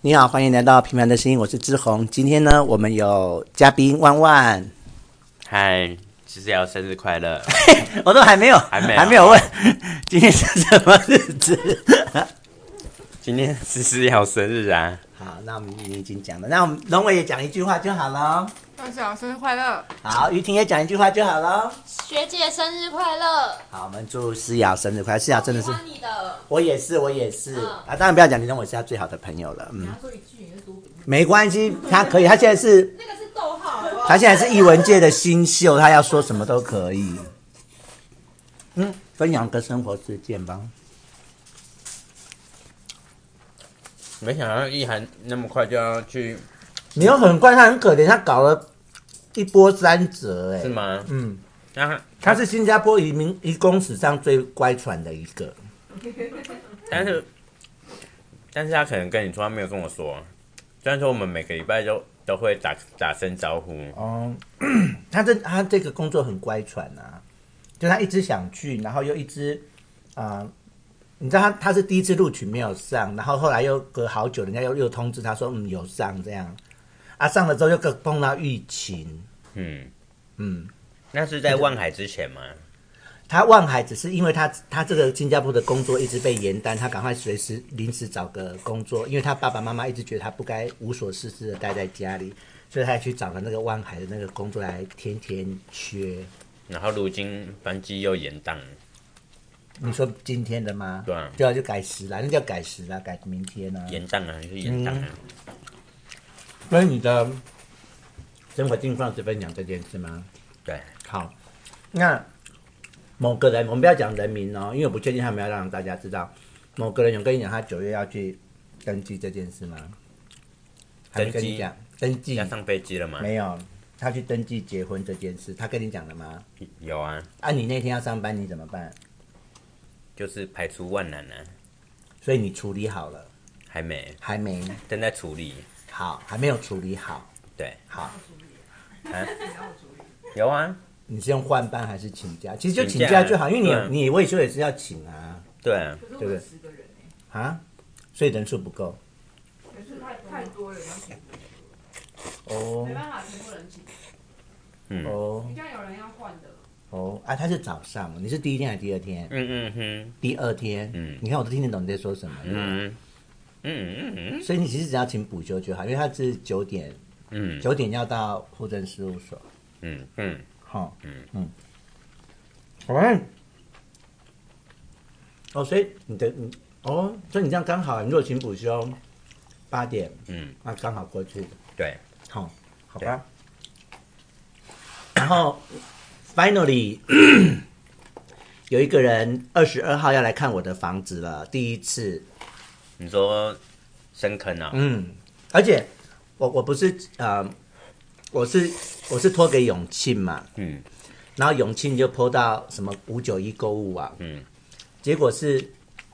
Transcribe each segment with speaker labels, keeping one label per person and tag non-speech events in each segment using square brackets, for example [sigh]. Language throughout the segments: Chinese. Speaker 1: 你好，欢迎来到《平凡的声音》，我是志宏。今天呢，我们有嘉宾万万， [laughs]
Speaker 2: 嗨，其实要生日快 [laughs] 乐，
Speaker 1: 我都还没有，还
Speaker 2: 没有
Speaker 1: 还没有问今天是什么日子。 [laughs]
Speaker 2: 今天思思要生日啊！
Speaker 1: 好，那我们已经讲了，那我们龙伟也讲一句话就好了。
Speaker 3: 大家生日快乐！
Speaker 1: 好，于婷也讲一句话就好了。
Speaker 4: 学姐生日快乐！
Speaker 1: 好，我们祝思瑶生日快乐！思瑶真的是
Speaker 4: 喜，欢你的，
Speaker 1: 我也是，我也是、
Speaker 4: 嗯
Speaker 1: 啊。当然不要讲，你跟我是他最好的朋友了。嗯，
Speaker 4: 说一句你就读，
Speaker 1: 没关系，他
Speaker 4: [laughs]
Speaker 1: 可以，他现在是，
Speaker 4: 那个是逗号，好不好？
Speaker 1: 他现在是艺文界的新秀，他要说什么都可以。嗯，分享个生活事件吧。
Speaker 2: 没想到意涵那么快就要去，
Speaker 1: 你又很怪他，很可怜，他搞了一波三折、哎，
Speaker 2: 是？吗？
Speaker 1: 嗯，
Speaker 2: 那
Speaker 1: 他是新加坡移民移工史上最乖舛的一个。
Speaker 2: 但是，但是他可能跟你说，他没有跟我说。虽然说我们每个礼拜都都会打打声招呼，
Speaker 1: 哦， [clears throat] 他这他这个工作很乖舛啊，就他一直想去，然后又一直啊、呃你知道他他是第一次录取没有上，然后后来又隔好久，人家又又通知他说嗯有上这样，啊上了之后又更碰到疫情，
Speaker 2: 嗯，
Speaker 1: 嗯，
Speaker 2: 那是在望海之前吗？
Speaker 1: 他望海只是因为他他这个新加坡的工作一直被延单，他赶快随时临时找个工作，因为他爸爸妈妈一直觉得他不该无所事事的待在家里，所以他也去找了那个望海的那个工作来填填缺。
Speaker 2: 然后如今班机又延档，
Speaker 1: 你说今天的吗？
Speaker 2: 对啊
Speaker 1: 对啊，就改时了，那叫改时了，改明天啊。
Speaker 2: 延档啊，是延档啊。
Speaker 1: 嗯所以你的生活境况是分享这件事吗？
Speaker 2: 对，
Speaker 1: 好，那某个人，我们不要讲人名哦，因为我不确定他们要让大家知道。某个人有跟你讲他九月要去登记这件事吗？还没跟你
Speaker 2: 登记
Speaker 1: 讲登记
Speaker 2: 要上飞机了吗？
Speaker 1: 没有？他去登记结婚这件事，他跟你讲了吗？
Speaker 2: 有啊，
Speaker 1: 啊，你那天要上班，你怎么办？
Speaker 2: 就是排除万难啊，
Speaker 1: 所以你处理好了
Speaker 2: 还没，
Speaker 1: 还没
Speaker 2: 正在处理。
Speaker 1: 好，还没有处理好。
Speaker 2: 对，
Speaker 1: 好，
Speaker 2: 有啊，
Speaker 1: 你是用换班还是请假？其实就请
Speaker 2: 请假
Speaker 1: 假就好，因为你
Speaker 2: 对啊
Speaker 1: 有你未休也是要请啊，
Speaker 2: 对啊，
Speaker 3: 可是
Speaker 1: 对不对
Speaker 3: 十个人
Speaker 1: 啊，所以人数不够
Speaker 3: 哎、可是太太多了，要请
Speaker 1: 哦
Speaker 3: 没办法全部人请，
Speaker 2: 嗯
Speaker 1: 哦
Speaker 3: 应该有人要换的。
Speaker 1: 哦啊，他是早上，你是第一天还是第二天？
Speaker 2: 嗯嗯哼，
Speaker 1: 第二天，
Speaker 2: 嗯
Speaker 1: 你看我都听得懂你在说什么，
Speaker 2: 嗯嗯嗯嗯
Speaker 1: 所以你其实只要请补休就好，因为他是九点，
Speaker 2: 嗯
Speaker 1: 九点要到户政事务所，
Speaker 2: 嗯嗯，
Speaker 1: 哈，
Speaker 2: 嗯
Speaker 1: 嗯，喂，哦，所以你的你哦，所以你这样刚好，你如果请补休八点，
Speaker 2: 嗯，
Speaker 1: 那刚好过去，
Speaker 2: 对，
Speaker 1: 好、好吧。然后 finally 有一个人二十二号要来看我的房子了，第一次，
Speaker 2: 你说深坑啊、
Speaker 1: 嗯，而且我我不是呃，我是我是托给永庆嘛，
Speaker 2: 嗯
Speaker 1: 然后永庆就 po 到什么五九一购物网，
Speaker 2: 嗯
Speaker 1: 结果是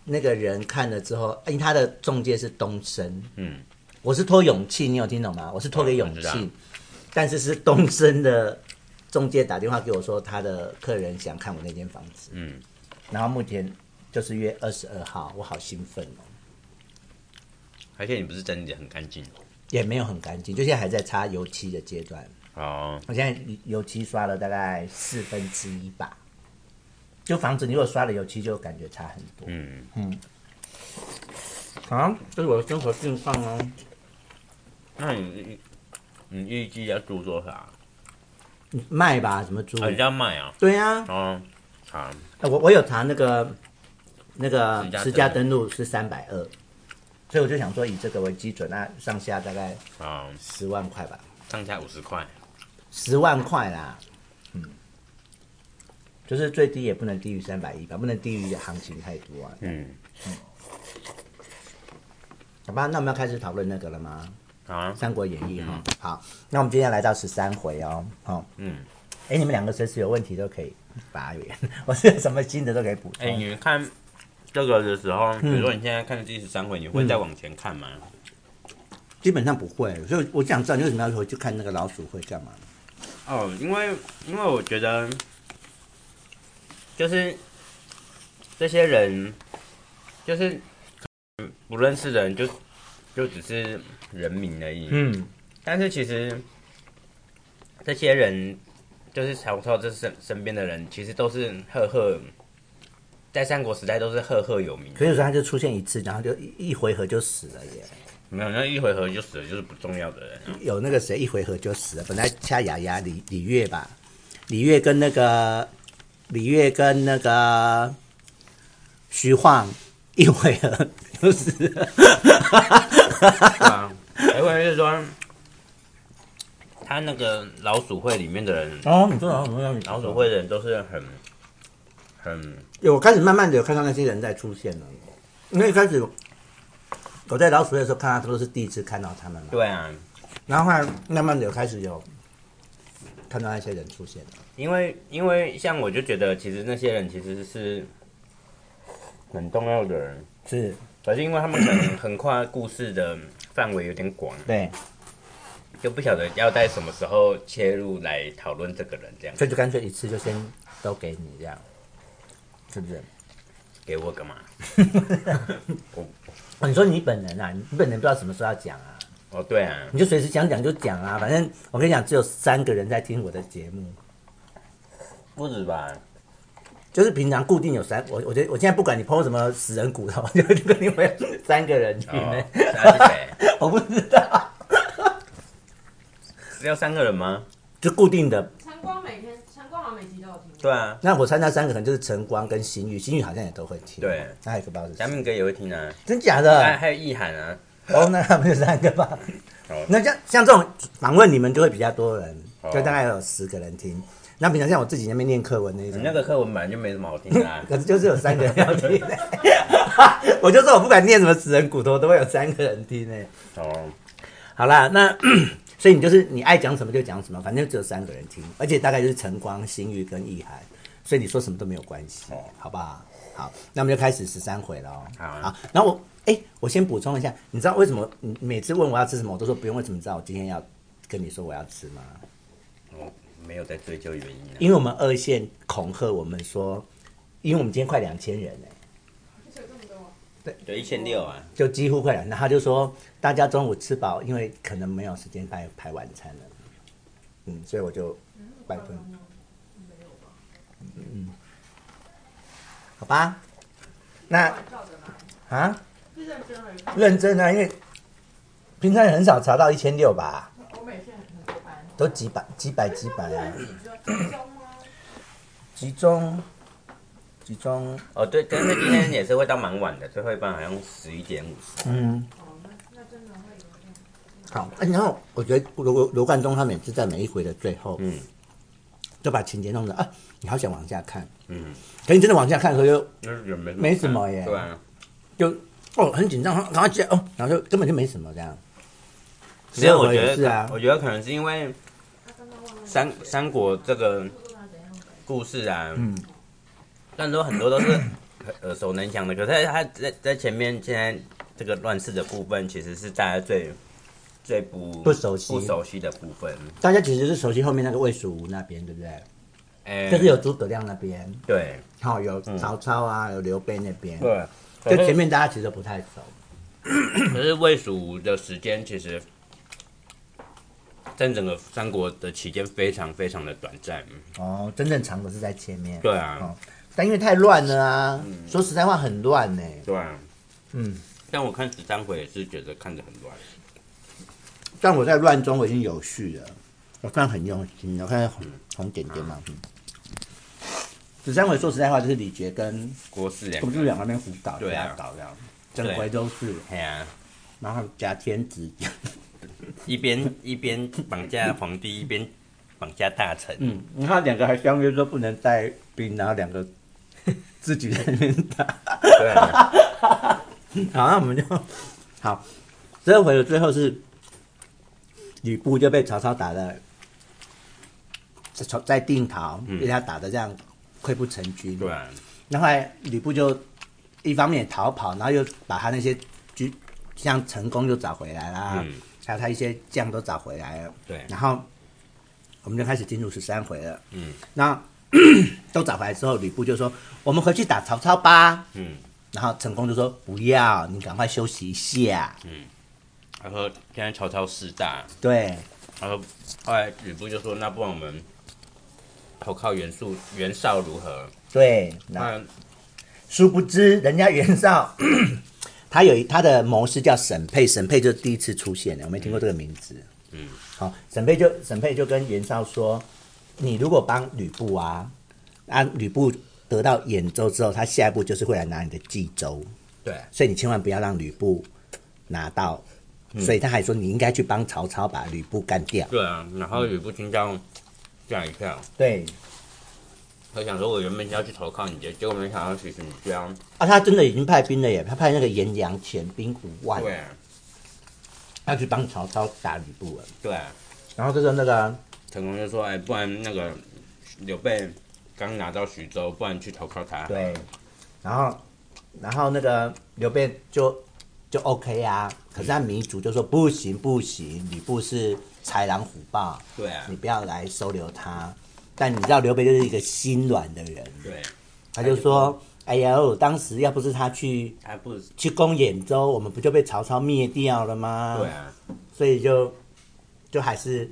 Speaker 1: 那个人看了之后，因哎为他的中介是东升，
Speaker 2: 嗯，
Speaker 1: 我是托永庆，你有听懂吗？我是托给永
Speaker 2: 嗯我知道
Speaker 1: 庆，但是是东升的中介打电话给我说，他的客人想看我那间房子，
Speaker 2: 嗯，
Speaker 1: 然后目前就是约二十二号，我好兴奋哦，
Speaker 2: 而且你不是整理的很干净
Speaker 1: 也没有很干净，就现在还在擦油漆的阶段，
Speaker 2: 哦，
Speaker 1: 我现在油漆刷了大概四分之一吧，就房子你如果刷了油漆，就感觉差很多。
Speaker 2: 嗯，
Speaker 1: 啊，这是我的生活境况哦。
Speaker 2: 那你你你预计要租多少啊？
Speaker 1: 卖吧，什么猪？
Speaker 2: 啊，你要卖啊？
Speaker 1: 对呀、
Speaker 2: 哦，好，
Speaker 1: 呃我我有查那个那个
Speaker 2: 实价
Speaker 1: 实价
Speaker 2: 登
Speaker 1: 登录是三百二，所以我就想说以这个为基准，那上下大概
Speaker 2: 好，
Speaker 1: 十万块吧，
Speaker 2: 上下五十块，
Speaker 1: 十万块啦，嗯，就是最低也不能低于三百一吧，不能低于行情太多啊。
Speaker 2: 嗯，
Speaker 1: 好吧，那我们要开始讨论那个了吗？
Speaker 2: 好啊，
Speaker 1: 《三国演义》哈、好，那我们今天来到十三回哦，好、
Speaker 2: 嗯，
Speaker 1: 哎，你们两个随时有问题都可以发言， [laughs] 我是有什么新的都可以补充。
Speaker 2: 哎、你看这个的时候，比如说你现在看第十三回，你会再往前看吗？
Speaker 1: 基本上不会，所以我想知道你为什么要回去看那个老鼠会干嘛？
Speaker 2: 哦，因为因为我觉得，就是这些人，就是嗯不认识的人就，就只是人名而已。
Speaker 1: 嗯，
Speaker 2: 但是其实这些人，就是曹操这身身边的人，其实都是赫赫，在三国时代都是赫赫有名。
Speaker 1: 可是说他就出现一次，然后就一一回合就死了耶。
Speaker 2: 没有，那一回合就死了，就是不重要的人啊。
Speaker 1: 有那个谁一回合就死了，本来掐牙牙李李月吧，李月跟那个李月跟那个徐晃一回合就死了。
Speaker 2: 对啊， [laughs] 还有就是说，他那个老鼠会里面的人，
Speaker 1: 哦，你说老鼠会，
Speaker 2: 老鼠会的人都是很很
Speaker 1: 有我开始慢慢的有看到那些人在出现了，因为一开始我在老鼠会的时候看到都是第一次看到他们嘛，
Speaker 2: 对啊，
Speaker 1: 然后后来慢慢的有开始有看到那些人出现了。
Speaker 2: 因为因为像我就觉得，其实那些人其实是很重要的人，
Speaker 1: 是
Speaker 2: 可是因为他们可能横跨故事的范围有点广，
Speaker 1: 对，
Speaker 2: 就不晓得要在什么时候切入来讨论这个人，这样
Speaker 1: 所以就干脆一次就先都给你这样，是不是？
Speaker 2: 给我干嘛？
Speaker 1: 哦，你说你本人啊，你本人不知道什么时候要讲啊，
Speaker 2: 哦，对啊，
Speaker 1: 你就随时想讲就讲啊，反正我跟你讲，只有三个人在听我的节目，
Speaker 2: 不止吧？
Speaker 1: 就是平常固定有三，我我觉得我现在不管你剖什么死人骨头， [laughs] 就就跟你会有三个人听
Speaker 2: 哦
Speaker 1: 欸，
Speaker 2: 那是谁？
Speaker 1: [laughs] 我不知道，
Speaker 2: 只有三个人吗？
Speaker 1: 就固定的。
Speaker 4: 晨光每天，晨光好像每集都有听。
Speaker 2: 对啊，
Speaker 1: 那我参加三个可能就是晨光跟新宇，新宇好像也都会听，
Speaker 2: 对，
Speaker 1: 那还有一个不知道是
Speaker 2: 贾
Speaker 1: 谁，
Speaker 2: 明哥也会听啊，
Speaker 1: 真假
Speaker 2: 还
Speaker 1: 的？
Speaker 2: 还有意涵啊，
Speaker 1: 哦，那他们就三个吧
Speaker 2: 哦。
Speaker 1: 那像像这种访问，你们就会比较多人，
Speaker 2: 哦
Speaker 1: 就大概有十个人听。那平常像我自己那边念课文那一种。
Speaker 2: 你，那个课文本来就没什么好听的啊 [laughs]
Speaker 1: 可是就是有三个人要听、 [laughs] 我就说我不管念什么死人骨头，都会有三个人听欸呢、
Speaker 2: 哦，
Speaker 1: 好啦，那 [clears throat] 所以你就是你爱讲什么就讲什么，反正只有三个人听，而且大概就是晨光、新玉跟意涵，所以你说什么都没有关系，
Speaker 2: 哦
Speaker 1: 好不好？好，那我们就开始十三回喽。
Speaker 2: 好啊
Speaker 1: 好，然后我哎、我先补充一下，你知道为什么你每次问我要吃什么，我都说不用？为什么你知道我今天要跟你说我要吃吗？
Speaker 2: 我没有在追究原因啊。
Speaker 1: 因为我们二线恐吓我们说，因为我们今天快两千人呢、
Speaker 3: 这么多，
Speaker 2: 对，一千六啊，
Speaker 1: 就几乎快了。然后他就说，大家中午吃饱，因为可能没有时间排排晚餐了。嗯，所以我就拜托，
Speaker 3: 没有吧？
Speaker 1: 好吧。那
Speaker 3: 乱照着来，
Speaker 1: 啊，
Speaker 3: 是认真而已。
Speaker 1: 认真啊，因为平常也很少查到一千六吧，
Speaker 3: 我每次很很多班，
Speaker 1: 都几百、几百、几百啊。
Speaker 3: 你知道集中吗？
Speaker 1: 集中，集中，
Speaker 2: 哦对，但是今天也是会到蛮晚的，最后一班好像十一点五十。
Speaker 1: 嗯，
Speaker 3: 哦，那那真的会有点。
Speaker 1: 好。哎然后我觉得罗罗罗贯中他每次在每一回的最后，
Speaker 2: 嗯
Speaker 1: 就把情节弄得啊，你好想往下看，
Speaker 2: 嗯，
Speaker 1: 可你真的往下看的时候就
Speaker 2: 那也没
Speaker 1: 没什么耶
Speaker 2: 对啊，
Speaker 1: 就哦很紧张，然后然后接哦，然后就根本就没什么这样。
Speaker 2: 所以我觉
Speaker 1: 也
Speaker 2: 得
Speaker 1: 是啊
Speaker 2: 我觉得可能是因为三三国这个故事啊，
Speaker 1: 嗯，
Speaker 2: 但都很多都是很耳熟能详的，可是他在在前面现在这个乱世的部分，其实是大家最最不
Speaker 1: 不熟悉
Speaker 2: 不熟悉的部分。
Speaker 1: 大家其实是熟悉后面那个魏蜀吴那边，对不对？
Speaker 2: 哎
Speaker 1: 就是有诸葛亮那边，
Speaker 2: 对
Speaker 1: 好、有曹操啊，有刘备那边，
Speaker 2: 哎嗯对，
Speaker 1: 就前面大家其实都不太熟。
Speaker 2: 可是魏蜀的时间其实，在整个三国的期间非常非常的短暂。
Speaker 1: 哦，真正长的是在前面。
Speaker 2: 对啊嗯
Speaker 1: 哦，但因为太乱了啊，说实在话很乱呢、
Speaker 2: 对啊，
Speaker 1: 嗯，
Speaker 2: 但我看十三回也是觉得看着很乱。
Speaker 1: 但我在乱中我已经有序了，我看很用心，我看红红点点
Speaker 2: 啊
Speaker 1: 嘛。嗯十三回说实在话，就是李觉跟
Speaker 2: 郭汜两
Speaker 1: 我们就
Speaker 2: 个，
Speaker 1: 两个边胡搞
Speaker 2: 对啊
Speaker 1: 瞎搞这样，整回都是，
Speaker 2: 哎呀，
Speaker 1: 然后加天子，
Speaker 2: 一边一边绑架皇帝，一边绑架大臣。
Speaker 1: 嗯，然后两个还相约说不能带兵，然后两个自己在那边打。
Speaker 2: 对啊，
Speaker 1: [laughs] 好，那我们就好。十二回的最后是吕布就被曹操打的，在曹在定陶
Speaker 2: 嗯
Speaker 1: 被他打的这样溃不成军。
Speaker 2: 对啊，
Speaker 1: 然后后来吕布就一方面逃跑，然后又把他那些军像陈宫就找回来啦，
Speaker 2: 嗯
Speaker 1: 还有他一些将都找回来了。
Speaker 2: 对，啊
Speaker 1: 然后我们就开始进入十三回了。
Speaker 2: 嗯
Speaker 1: 那 [coughs] 都找回来之后，吕布就说：“我们回去打曹操吧。”
Speaker 2: 嗯
Speaker 1: 然后成功就说不要，你赶快休息一下。
Speaker 2: 嗯，他说现在曹操势大，
Speaker 1: 对，
Speaker 2: 然后后来吕布就说，那不然我们投靠袁术袁绍如何？
Speaker 1: 对，那
Speaker 2: 那
Speaker 1: 殊不知人家袁绍， [coughs] 他有一他的谋士叫沈佩，沈佩就第一次出现了，我没听过这个名字。
Speaker 2: 嗯，
Speaker 1: 好，沈佩就沈佩就跟袁绍说，你如果帮吕布啊，那吕布得到兖州之后，他下一步就是会来拿你的冀州，
Speaker 2: 对啊
Speaker 1: 所以你千万不要让吕布拿到。
Speaker 2: 嗯
Speaker 1: 所以他还说，你应该去帮曹操把吕布干掉。
Speaker 2: 对啊，然后吕布听到吓一跳，
Speaker 1: 对，
Speaker 2: 他想说我原本是要去投靠你的，结果没想到其实你这样，
Speaker 1: 啊，他真的已经派兵了耶，他派那个颜良遣兵五万，
Speaker 2: 对啊
Speaker 1: 要去帮曹操打吕布了。
Speaker 2: 对啊，
Speaker 1: 然后这时候那个
Speaker 2: 成功就说，哎，不然那个刘备刚拿到徐州，不然去投靠他，
Speaker 1: 对，然后然后那个刘备就就 OK 啊，可是他民族就说不行不行，吕布是豺狼虎豹，
Speaker 2: 对啊
Speaker 1: 你不要来收留他。但你知道刘备就是一个心软的人，
Speaker 2: 对，
Speaker 1: 他就说：“哎呦，当时要不是他去
Speaker 2: 他不
Speaker 1: 去攻兖州，我们不就被曹操灭掉了吗？”
Speaker 2: 对啊，
Speaker 1: 所以就就还是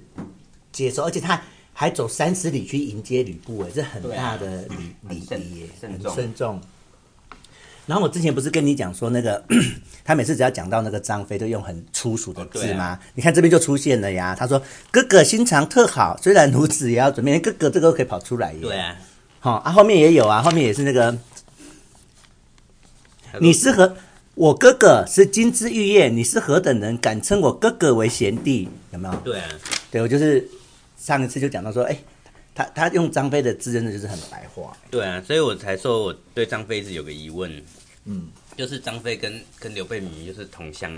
Speaker 1: 接受，而且他还走三十里去迎接吕布，哎，这很大的礼礼
Speaker 2: 很慎
Speaker 1: 仪耶，
Speaker 2: 慎
Speaker 1: 很
Speaker 2: 重
Speaker 1: 慎重。然后我之前不是跟你讲说那个， [coughs] 他每次只要讲到那个张飞，都用很粗俗的
Speaker 2: 哦对啊
Speaker 1: 字吗？你看这边就出现了呀。他说：“哥哥心肠特好，虽然如此，也要准备。”哥哥这个都可以跑出来耶。
Speaker 2: 对啊，
Speaker 1: 好、啊，后面也有啊，后面也是那个
Speaker 2: 他说
Speaker 1: 你是何？我哥哥是金枝玉叶，你是何等人，敢称我哥哥为贤弟？有没有？
Speaker 2: 对啊，
Speaker 1: 对我就是上一次就讲到说，哎、他他用张飞的字真的就是很白话，
Speaker 2: 对啊，所以我才说我对张飞一直有个疑问，
Speaker 1: 嗯，
Speaker 2: 就是张飞跟跟刘备明明就是同乡，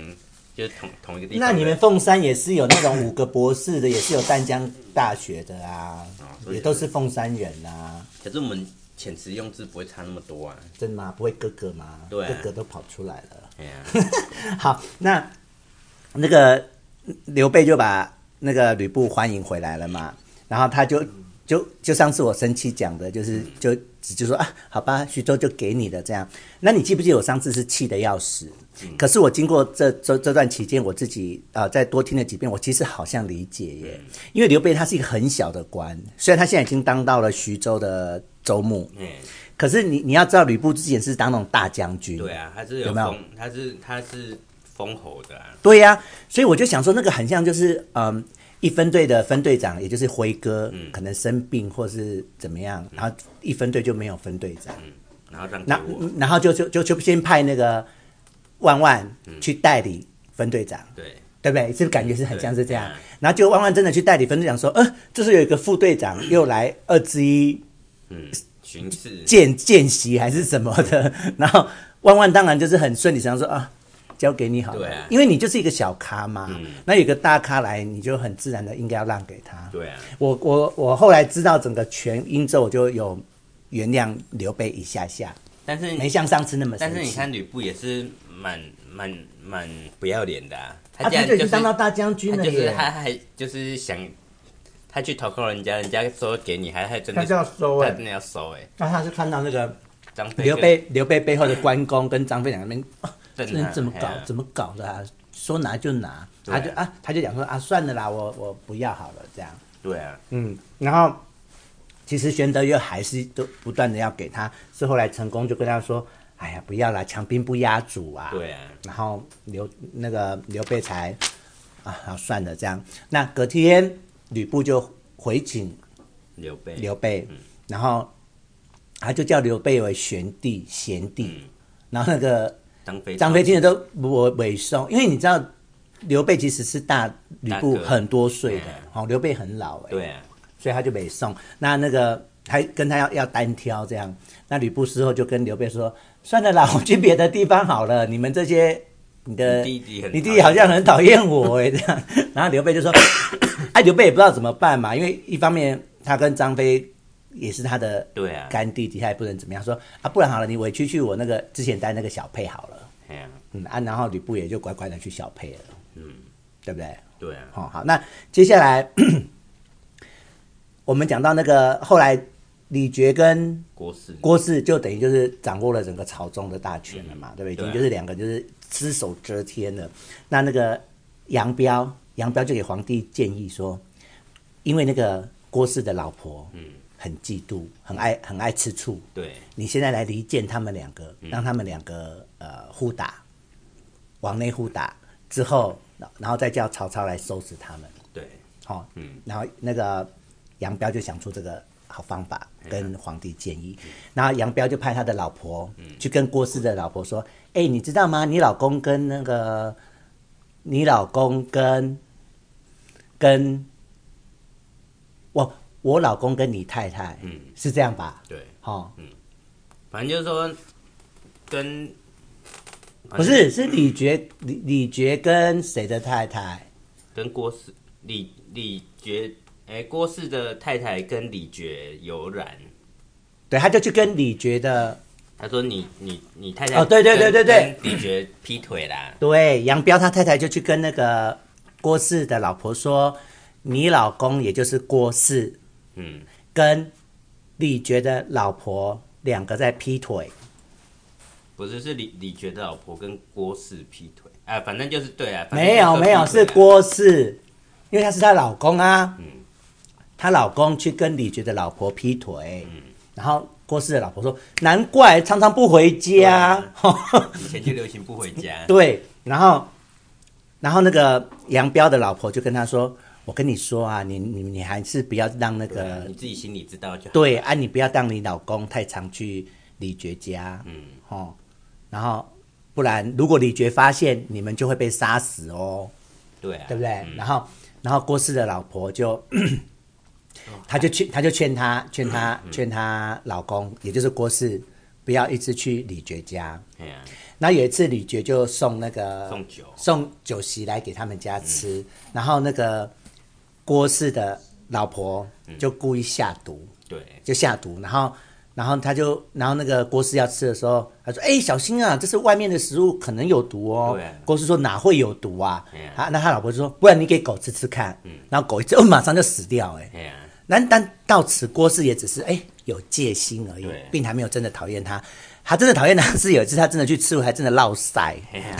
Speaker 2: 就是同同一个地方
Speaker 1: 那
Speaker 2: 的，
Speaker 1: 你们凤山也是有那种五个博士的，也是有淡江大学的啊，
Speaker 2: 哦所以
Speaker 1: 也都是凤山人啊，
Speaker 2: 可是我们遣词用字不会差那么多啊，
Speaker 1: 真的吗？不会哥哥吗？
Speaker 2: 对啊
Speaker 1: 哥哥都跑出来了。[laughs]
Speaker 2: 哎呀、
Speaker 1: 好，那那个刘备就把那个吕布欢迎回来了嘛，然后他就就就上次我生气讲的，就是
Speaker 2: 嗯
Speaker 1: 就就说啊，好吧，徐州就给你的这样。那你记不记得我上次是气得要死？
Speaker 2: 嗯
Speaker 1: 可是我经过这这这段期间，我自己呃再多听了几遍，我其实好像理解耶，
Speaker 2: 嗯
Speaker 1: 因为刘备他是一个很小的官，虽然他现在已经当到了徐州的州牧，
Speaker 2: 哎，
Speaker 1: 可是你你要知道，吕布之前是当那种大将军，
Speaker 2: 对啊，他是
Speaker 1: 有没有
Speaker 2: 封，他是他是封侯的、啊，
Speaker 1: 对呀、所以我就想说，那个很像就是嗯，一分队的分队长，也就是辉哥，
Speaker 2: 嗯
Speaker 1: 可能生病或是怎么样，然后一分队就没有分队长，
Speaker 2: 然后让给
Speaker 1: 那
Speaker 2: 嗯我，
Speaker 1: 然后就就就就先派那个万万
Speaker 2: 嗯
Speaker 1: 去代理分队长。
Speaker 2: 对
Speaker 1: 对不对？是不是感觉是很像是这样
Speaker 2: 对嗯对？
Speaker 1: 然后就万万真的去代理分队长说，呃，就是有一个副队长又来二之一
Speaker 2: 嗯，巡视，
Speaker 1: 见见习还是什么的，然后万万当然就是很顺理成章说啊，交给你好了，
Speaker 2: 对啊
Speaker 1: 因为你就是一个小咖嘛，
Speaker 2: 嗯
Speaker 1: 那有个大咖来，你就很自然的应该要让给他。
Speaker 2: 对啊，
Speaker 1: 我我我后来知道整个全因之后，我就有原谅刘备一下下，
Speaker 2: 但是
Speaker 1: 没像上次那么生
Speaker 2: 嗯但是你
Speaker 1: 气。
Speaker 2: 看吕布也是蛮蛮蛮不要脸的、啊，
Speaker 1: 啊，
Speaker 2: 他竟
Speaker 1: 他
Speaker 2: 然
Speaker 1: 就已
Speaker 2: 就
Speaker 1: 经
Speaker 2: 是
Speaker 1: 当到大将军
Speaker 2: 他
Speaker 1: 了
Speaker 2: 就是
Speaker 1: 耶，
Speaker 2: 他还就是想他去投靠人家，人家说给你，还还真的
Speaker 1: 他这样收欸
Speaker 2: 他真的要收哎、
Speaker 1: 那他是看到那个
Speaker 2: 张飞
Speaker 1: 刘备刘备背后的关公跟张飞两个人，啊这
Speaker 2: [laughs] 真
Speaker 1: 人怎么搞怎
Speaker 2: 么
Speaker 1: 么搞的啊？说拿就拿，他就
Speaker 2: 对
Speaker 1: 啊他就讲说啊算了啦，我我不要好了这样。
Speaker 2: 对啊，
Speaker 1: 嗯，然后其实玄德又还是都不断的要给他，是后来成功就跟他说：“哎呀，不要啦，强兵不压主啊。”
Speaker 2: 对啊，
Speaker 1: 然后刘那个刘备才啊，好算了这样。那隔天吕布就回请
Speaker 2: 刘备
Speaker 1: 刘备，
Speaker 2: 嗯
Speaker 1: 然后他就叫刘备为玄帝、贤弟，
Speaker 2: 嗯
Speaker 1: 然后那个
Speaker 2: 张飞
Speaker 1: 张飞听着都我尾送，因为你知道刘备其实是大吕
Speaker 2: 大
Speaker 1: 布
Speaker 2: 哥
Speaker 1: 很多岁的
Speaker 2: 嗯，
Speaker 1: 哦，刘备很老哎、
Speaker 2: 对啊，
Speaker 1: 所以他就没送。那那个还跟他要要单挑这样。那吕布事后就跟刘备说：“算了啦，我去别的地方好了。你们这些，你的
Speaker 2: 你弟弟很
Speaker 1: 呃你弟弟好像很讨厌我哎、这样。”然后刘备就说：“ [coughs] 哎、刘备也不知道怎么办嘛，因为一方面他跟张飞也是他的
Speaker 2: 对啊，
Speaker 1: 干弟弟，他也不能怎么样。说啊，不然好了，你委屈去我那个之前带那个小沛好了。
Speaker 2: 哎呀，
Speaker 1: 嗯啊，然后吕布也就乖乖的去小沛了，
Speaker 2: 嗯，
Speaker 1: 对不对？
Speaker 2: 对啊，
Speaker 1: 哦好、好，那接下来我们讲到那个后来李傕跟
Speaker 2: 郭汜
Speaker 1: 郭汜就等于就是掌握了整个朝中的大权了嘛，对不对？已
Speaker 2: 对啊
Speaker 1: 经就是两个就是只手遮天了。那那个杨彪，杨彪就给皇帝建议说，因为那个郭氏的老婆，嗯，很嫉妒，很爱很爱吃醋，
Speaker 2: 对，
Speaker 1: 你现在来离间他们两个，让他们两个呃互打，往内互打之后，然然后再叫曹操来收拾他们。
Speaker 2: 对，
Speaker 1: 好、
Speaker 2: 嗯
Speaker 1: 然后那个杨彪就想出这个好方法，跟皇帝建议。然后杨彪就派他的老婆去跟郭氏的老婆说：“哎、你知道吗？你老公跟那个，你老公跟跟我我老公跟你太太，
Speaker 2: 嗯
Speaker 1: 是这样吧？
Speaker 2: 对，
Speaker 1: 哦，
Speaker 2: 反正就是说跟哎
Speaker 1: 不是，是李觉李李觉跟谁的太太？
Speaker 2: 跟郭氏李李觉，哎、郭氏的太太跟李觉有染。
Speaker 1: 对，他就去跟李觉的
Speaker 2: 他说你你你太太
Speaker 1: 哦对对
Speaker 2: 跟
Speaker 1: 对对对，
Speaker 2: 跟李觉劈腿啦，
Speaker 1: 对，杨彪他太太就去跟那个郭氏的老婆说，你老公也就是郭氏
Speaker 2: 嗯，
Speaker 1: 跟李觉的老婆两个在劈腿，
Speaker 2: 不是是李李觉的老婆跟郭氏劈腿，啊，反正就是对啊，反正
Speaker 1: 没有
Speaker 2: 就是
Speaker 1: 没有
Speaker 2: 劈腿
Speaker 1: 是
Speaker 2: 啊，
Speaker 1: 郭氏，因为他是她老公啊，
Speaker 2: 嗯
Speaker 1: 她老公去跟李觉的老婆劈腿，然后郭氏的老婆说，难怪常常不回家。
Speaker 2: 以前就流行不回家，
Speaker 1: [laughs] 对，然后，然后那个杨彪的老婆就跟他说：“我跟你说啊，你你你还是不要让那
Speaker 2: 对啊
Speaker 1: 个
Speaker 2: 你自己心里知道就好，
Speaker 1: 对啊，你不要让你老公太常去李觉家
Speaker 2: 嗯，
Speaker 1: 哦，然后不然如果李觉发现，你们就会被杀死哦，
Speaker 2: 对啊，
Speaker 1: 对不对？
Speaker 2: 嗯
Speaker 1: 然后，然后郭氏的老婆就。”
Speaker 2: 哦
Speaker 1: [clears throat] 他就劝，他就劝他，劝他，[clears throat]
Speaker 2: 嗯
Speaker 1: 劝他老公，也就是郭氏，不要一直去李觉家。
Speaker 2: 哎呀，
Speaker 1: 然后有一次，李觉就送那个
Speaker 2: 送酒嗯
Speaker 1: 送酒席来给他们家吃，然后那个郭氏的老婆
Speaker 2: 嗯
Speaker 1: 就故意下毒，
Speaker 2: 对，
Speaker 1: 就下毒，然后然后他就然后那个郭氏要吃的时候，他说：“哎、小心啊，这是外面的食物，可能有毒哦
Speaker 2: 对啊。”
Speaker 1: 郭氏说：“哪会有毒啊
Speaker 2: 对嗯啊？”
Speaker 1: 他那他老婆就说：“不然你给狗吃吃看。”然后狗一吃，哦，马上就死掉、哎。
Speaker 2: 哎呀，
Speaker 1: 但但到此，郭氏也只是哎、有戒心而已
Speaker 2: 对，
Speaker 1: 并还没有真的讨厌他。他真的讨厌他是有一次他真的去吃，还真的落腮，
Speaker 2: 哎呀，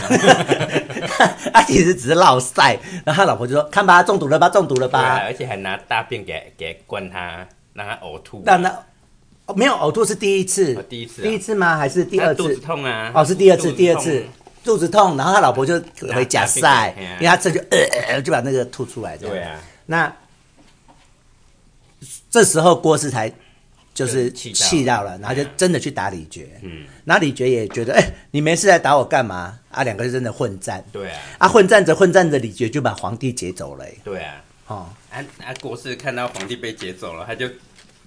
Speaker 1: [laughs] 他其实只是落腮。然后他老婆就说：“看吧，中毒了吧，中毒了
Speaker 2: 对啊，
Speaker 1: 吧。
Speaker 2: 而且还拿大便给给灌他，让他呕吐啊，
Speaker 1: 那那哦没有呕吐是第一次，
Speaker 2: 哦第一次啊
Speaker 1: 第一次吗？还是第二
Speaker 2: 他肚子
Speaker 1: 次？
Speaker 2: 痛啊，
Speaker 1: 哦，是第二
Speaker 2: 肚
Speaker 1: 次，
Speaker 2: 子
Speaker 1: 第二
Speaker 2: 痛
Speaker 1: 次肚子痛，然后他老婆就回假赛
Speaker 2: 拿大便给，
Speaker 1: 因为他这就呃呃呃就把那个吐出来。这样
Speaker 2: 啊对，啊，
Speaker 1: 那这时候郭氏才就是
Speaker 2: 就气到
Speaker 1: 气到了，然后就
Speaker 2: 哎呀
Speaker 1: 真的去打李觉。
Speaker 2: 嗯，
Speaker 1: 那李觉也觉得，哎、你没事来打我干嘛？啊，两个就真的混战，
Speaker 2: 对啊，
Speaker 1: 啊，混战着混战着，李觉就把皇帝劫走了、哎
Speaker 2: 对啊，
Speaker 1: 哦，
Speaker 2: 啊啊！国师看到皇帝被劫走了，他就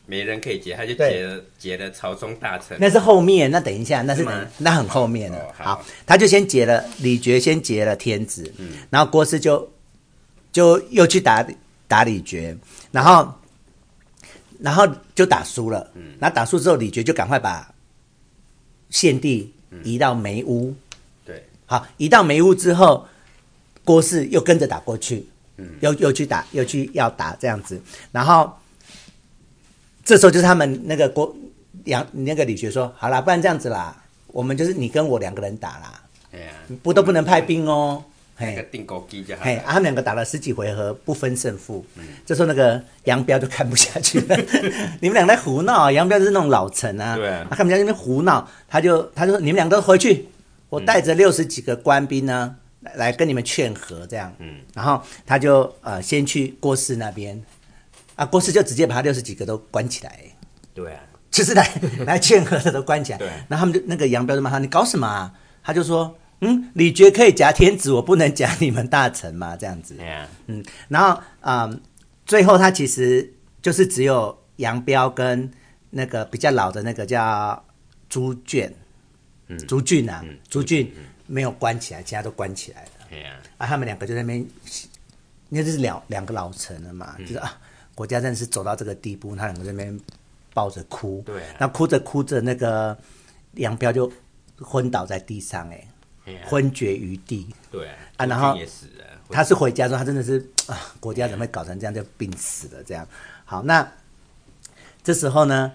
Speaker 2: 没人可以劫，他就
Speaker 1: 对
Speaker 2: 劫了劫了朝中大臣。
Speaker 1: 那是后面，那等一下，那是
Speaker 2: 是吗
Speaker 1: 那很后面了。
Speaker 2: 哦好
Speaker 1: 好，他就先劫了李觉，先劫了天子，
Speaker 2: 嗯
Speaker 1: 然后郭汜就就又去打打李觉，然后然后就打输了，
Speaker 2: 嗯
Speaker 1: 然后打输之后，李觉就赶快把献帝
Speaker 2: 嗯
Speaker 1: 移到梅屋。
Speaker 2: 对，
Speaker 1: 好，移到梅屋之后，郭氏又跟着打过去，嗯，又又去打，又去要打这样子。然后这时候就是他们那个郭杨那个李学说，好啦，不然这样子啦，我们就是你跟我两个人打啦，
Speaker 2: 哎呀、
Speaker 1: 不都不能派兵哦。
Speaker 2: 那个
Speaker 1: 嘿，
Speaker 2: 定狗机就好
Speaker 1: 嘿，
Speaker 2: 了。
Speaker 1: 啊他们两个打了十几回合不分胜负，这时候那个杨彪就看不下去了， [laughs] 你们俩在胡闹啊！杨彪就是那种老臣啊，
Speaker 2: 对啊
Speaker 1: 他看不下去那边胡闹，他就他就说你们两个都回去，我带着六十几个官兵呢、来来跟你们劝和这样，
Speaker 2: 嗯
Speaker 1: 然后他就呃先去郭氏那边，啊郭氏就直接把他六十几个都关起来，
Speaker 2: 对啊，
Speaker 1: 就是来 [laughs] 来劝和的都关起来。
Speaker 2: 对
Speaker 1: 然后他们就那个杨彪就骂他：“你搞什么啊？”他就说：“嗯，李觉可以夹天子，我不能夹你们大臣嘛，这样子。
Speaker 2: 哎呀、”
Speaker 1: 嗯，然后嗯，最后他其实就是只有杨彪跟那个比较老的那个叫朱卷，
Speaker 2: 嗯
Speaker 1: 朱俊啊，朱俊没有关起来，其他都关起来了。
Speaker 2: 哎呀、
Speaker 1: 啊，他们两个就在那边，那就是两两个老臣了
Speaker 2: 嗯
Speaker 1: 嘛，就是啊，国家真的是走到这个地步，他两个在那边抱着哭，
Speaker 2: 对啊
Speaker 1: 那哭着哭着，那个杨彪就昏倒在地上、
Speaker 2: 哎呀
Speaker 1: 哎，昏厥于地。
Speaker 2: 对啊，
Speaker 1: 啊然后
Speaker 2: 朱俊也死了。
Speaker 1: 他是回家之后，他真的是啊，国家怎么会搞成这样，就病死了这样。好，那这时候呢，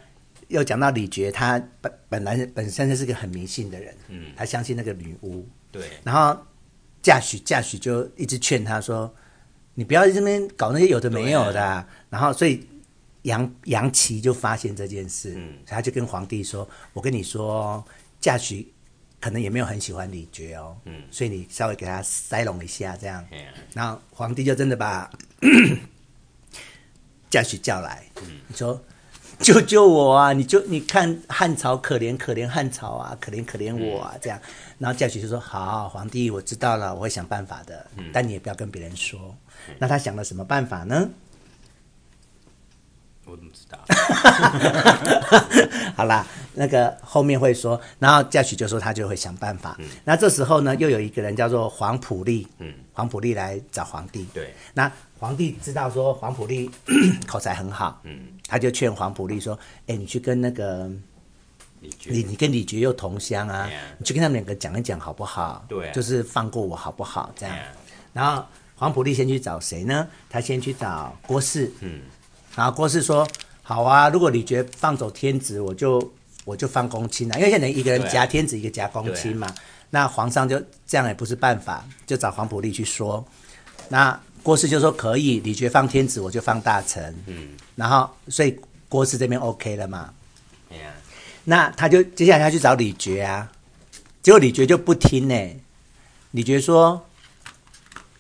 Speaker 1: 又讲到李觉，他本本来本身就是个很迷信的人，嗯，他相信那个女巫，
Speaker 2: 对
Speaker 1: 然后嫁许嫁许就一直劝他说，你不要在这边搞那些有的没有的啊、然后所以杨杨琪就发现这件事，
Speaker 2: 嗯
Speaker 1: 他就跟皇帝说，我跟你说哦，嫁许可能也没有很喜欢李觉哦，
Speaker 2: 嗯
Speaker 1: 所以你稍微给他塞拢一下这样，
Speaker 2: 哎呀，
Speaker 1: 然后皇帝就真的把 [coughs] 贾诩叫来，你说救救我啊！你就你看汉朝可怜可怜汉朝啊，可怜可怜我啊，这样。然后贾诩就说：“好，皇帝，我知道了，我会想办法的，但你也不要跟别人说。”那他想了什么办法呢？
Speaker 2: 我怎么
Speaker 1: [laughs]
Speaker 2: 知道？
Speaker 1: 好啦，那个后面会说，然后贾诩就说他就会想办法。那这时候呢，又有一个人叫做黄普利，
Speaker 2: 嗯
Speaker 1: 黄普利来找皇帝，
Speaker 2: 对，
Speaker 1: 那皇帝知道说黄埔利 [coughs] 口才很好，
Speaker 2: 嗯，
Speaker 1: 他就劝黄埔利说：“哎、你去跟那个
Speaker 2: 你觉
Speaker 1: 你
Speaker 2: 得？
Speaker 1: 你跟李觉又同乡啊
Speaker 2: Yeah
Speaker 1: 你去跟他们两个讲一讲好不好？
Speaker 2: 对啊啊
Speaker 1: 就是放过我好不好？这样。
Speaker 2: Yeah
Speaker 1: 然后黄埔利先去找谁呢？他先去找郭氏，
Speaker 2: 嗯，
Speaker 1: 然后啊郭氏说：好啊，如果李觉放走天子，我就我就放公卿啊，因为现在一个人
Speaker 2: 对啊
Speaker 1: 夹天子，一个夹公卿
Speaker 2: 啊
Speaker 1: 嘛。那皇上就这样也不是办法，就找黄埔利去说。那郭氏就说可以，李觉放天子，我就放大臣。嗯，然后所以郭氏这边 OK 了嘛。
Speaker 2: 哎呀，
Speaker 1: 那他就接下来他去找李觉啊，结果李觉就不听呢、李觉说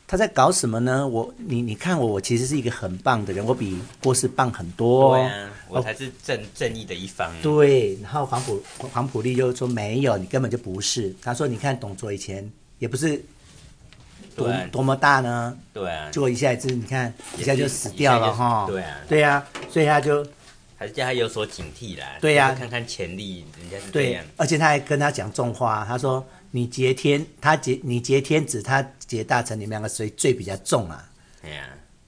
Speaker 1: 他在搞什么呢？我你你看我，我其实是一个很棒的人，我比郭氏棒很多、哦。
Speaker 2: 对啊，我才是正正义的一方。
Speaker 1: 对，然后黄埔黄埔利就说没有，你根本就不是。他说你看董卓以前也不是多
Speaker 2: 对啊
Speaker 1: 多么大呢，
Speaker 2: 对啊，
Speaker 1: 结果一下子你看
Speaker 2: 也
Speaker 1: 一
Speaker 2: 是
Speaker 1: 下就死掉了哈。
Speaker 2: 一下就对啊
Speaker 1: 对啊，所以他就
Speaker 2: 还是叫他有所警惕啦。
Speaker 1: 对呀
Speaker 2: 就是啊看看潜力，人家是这
Speaker 1: 对
Speaker 2: 样。，
Speaker 1: 而且他还跟他讲重话，他说：“你劫天，他劫你劫天子，他劫大臣，你们两个谁罪比较重啊
Speaker 2: 哎呀，？”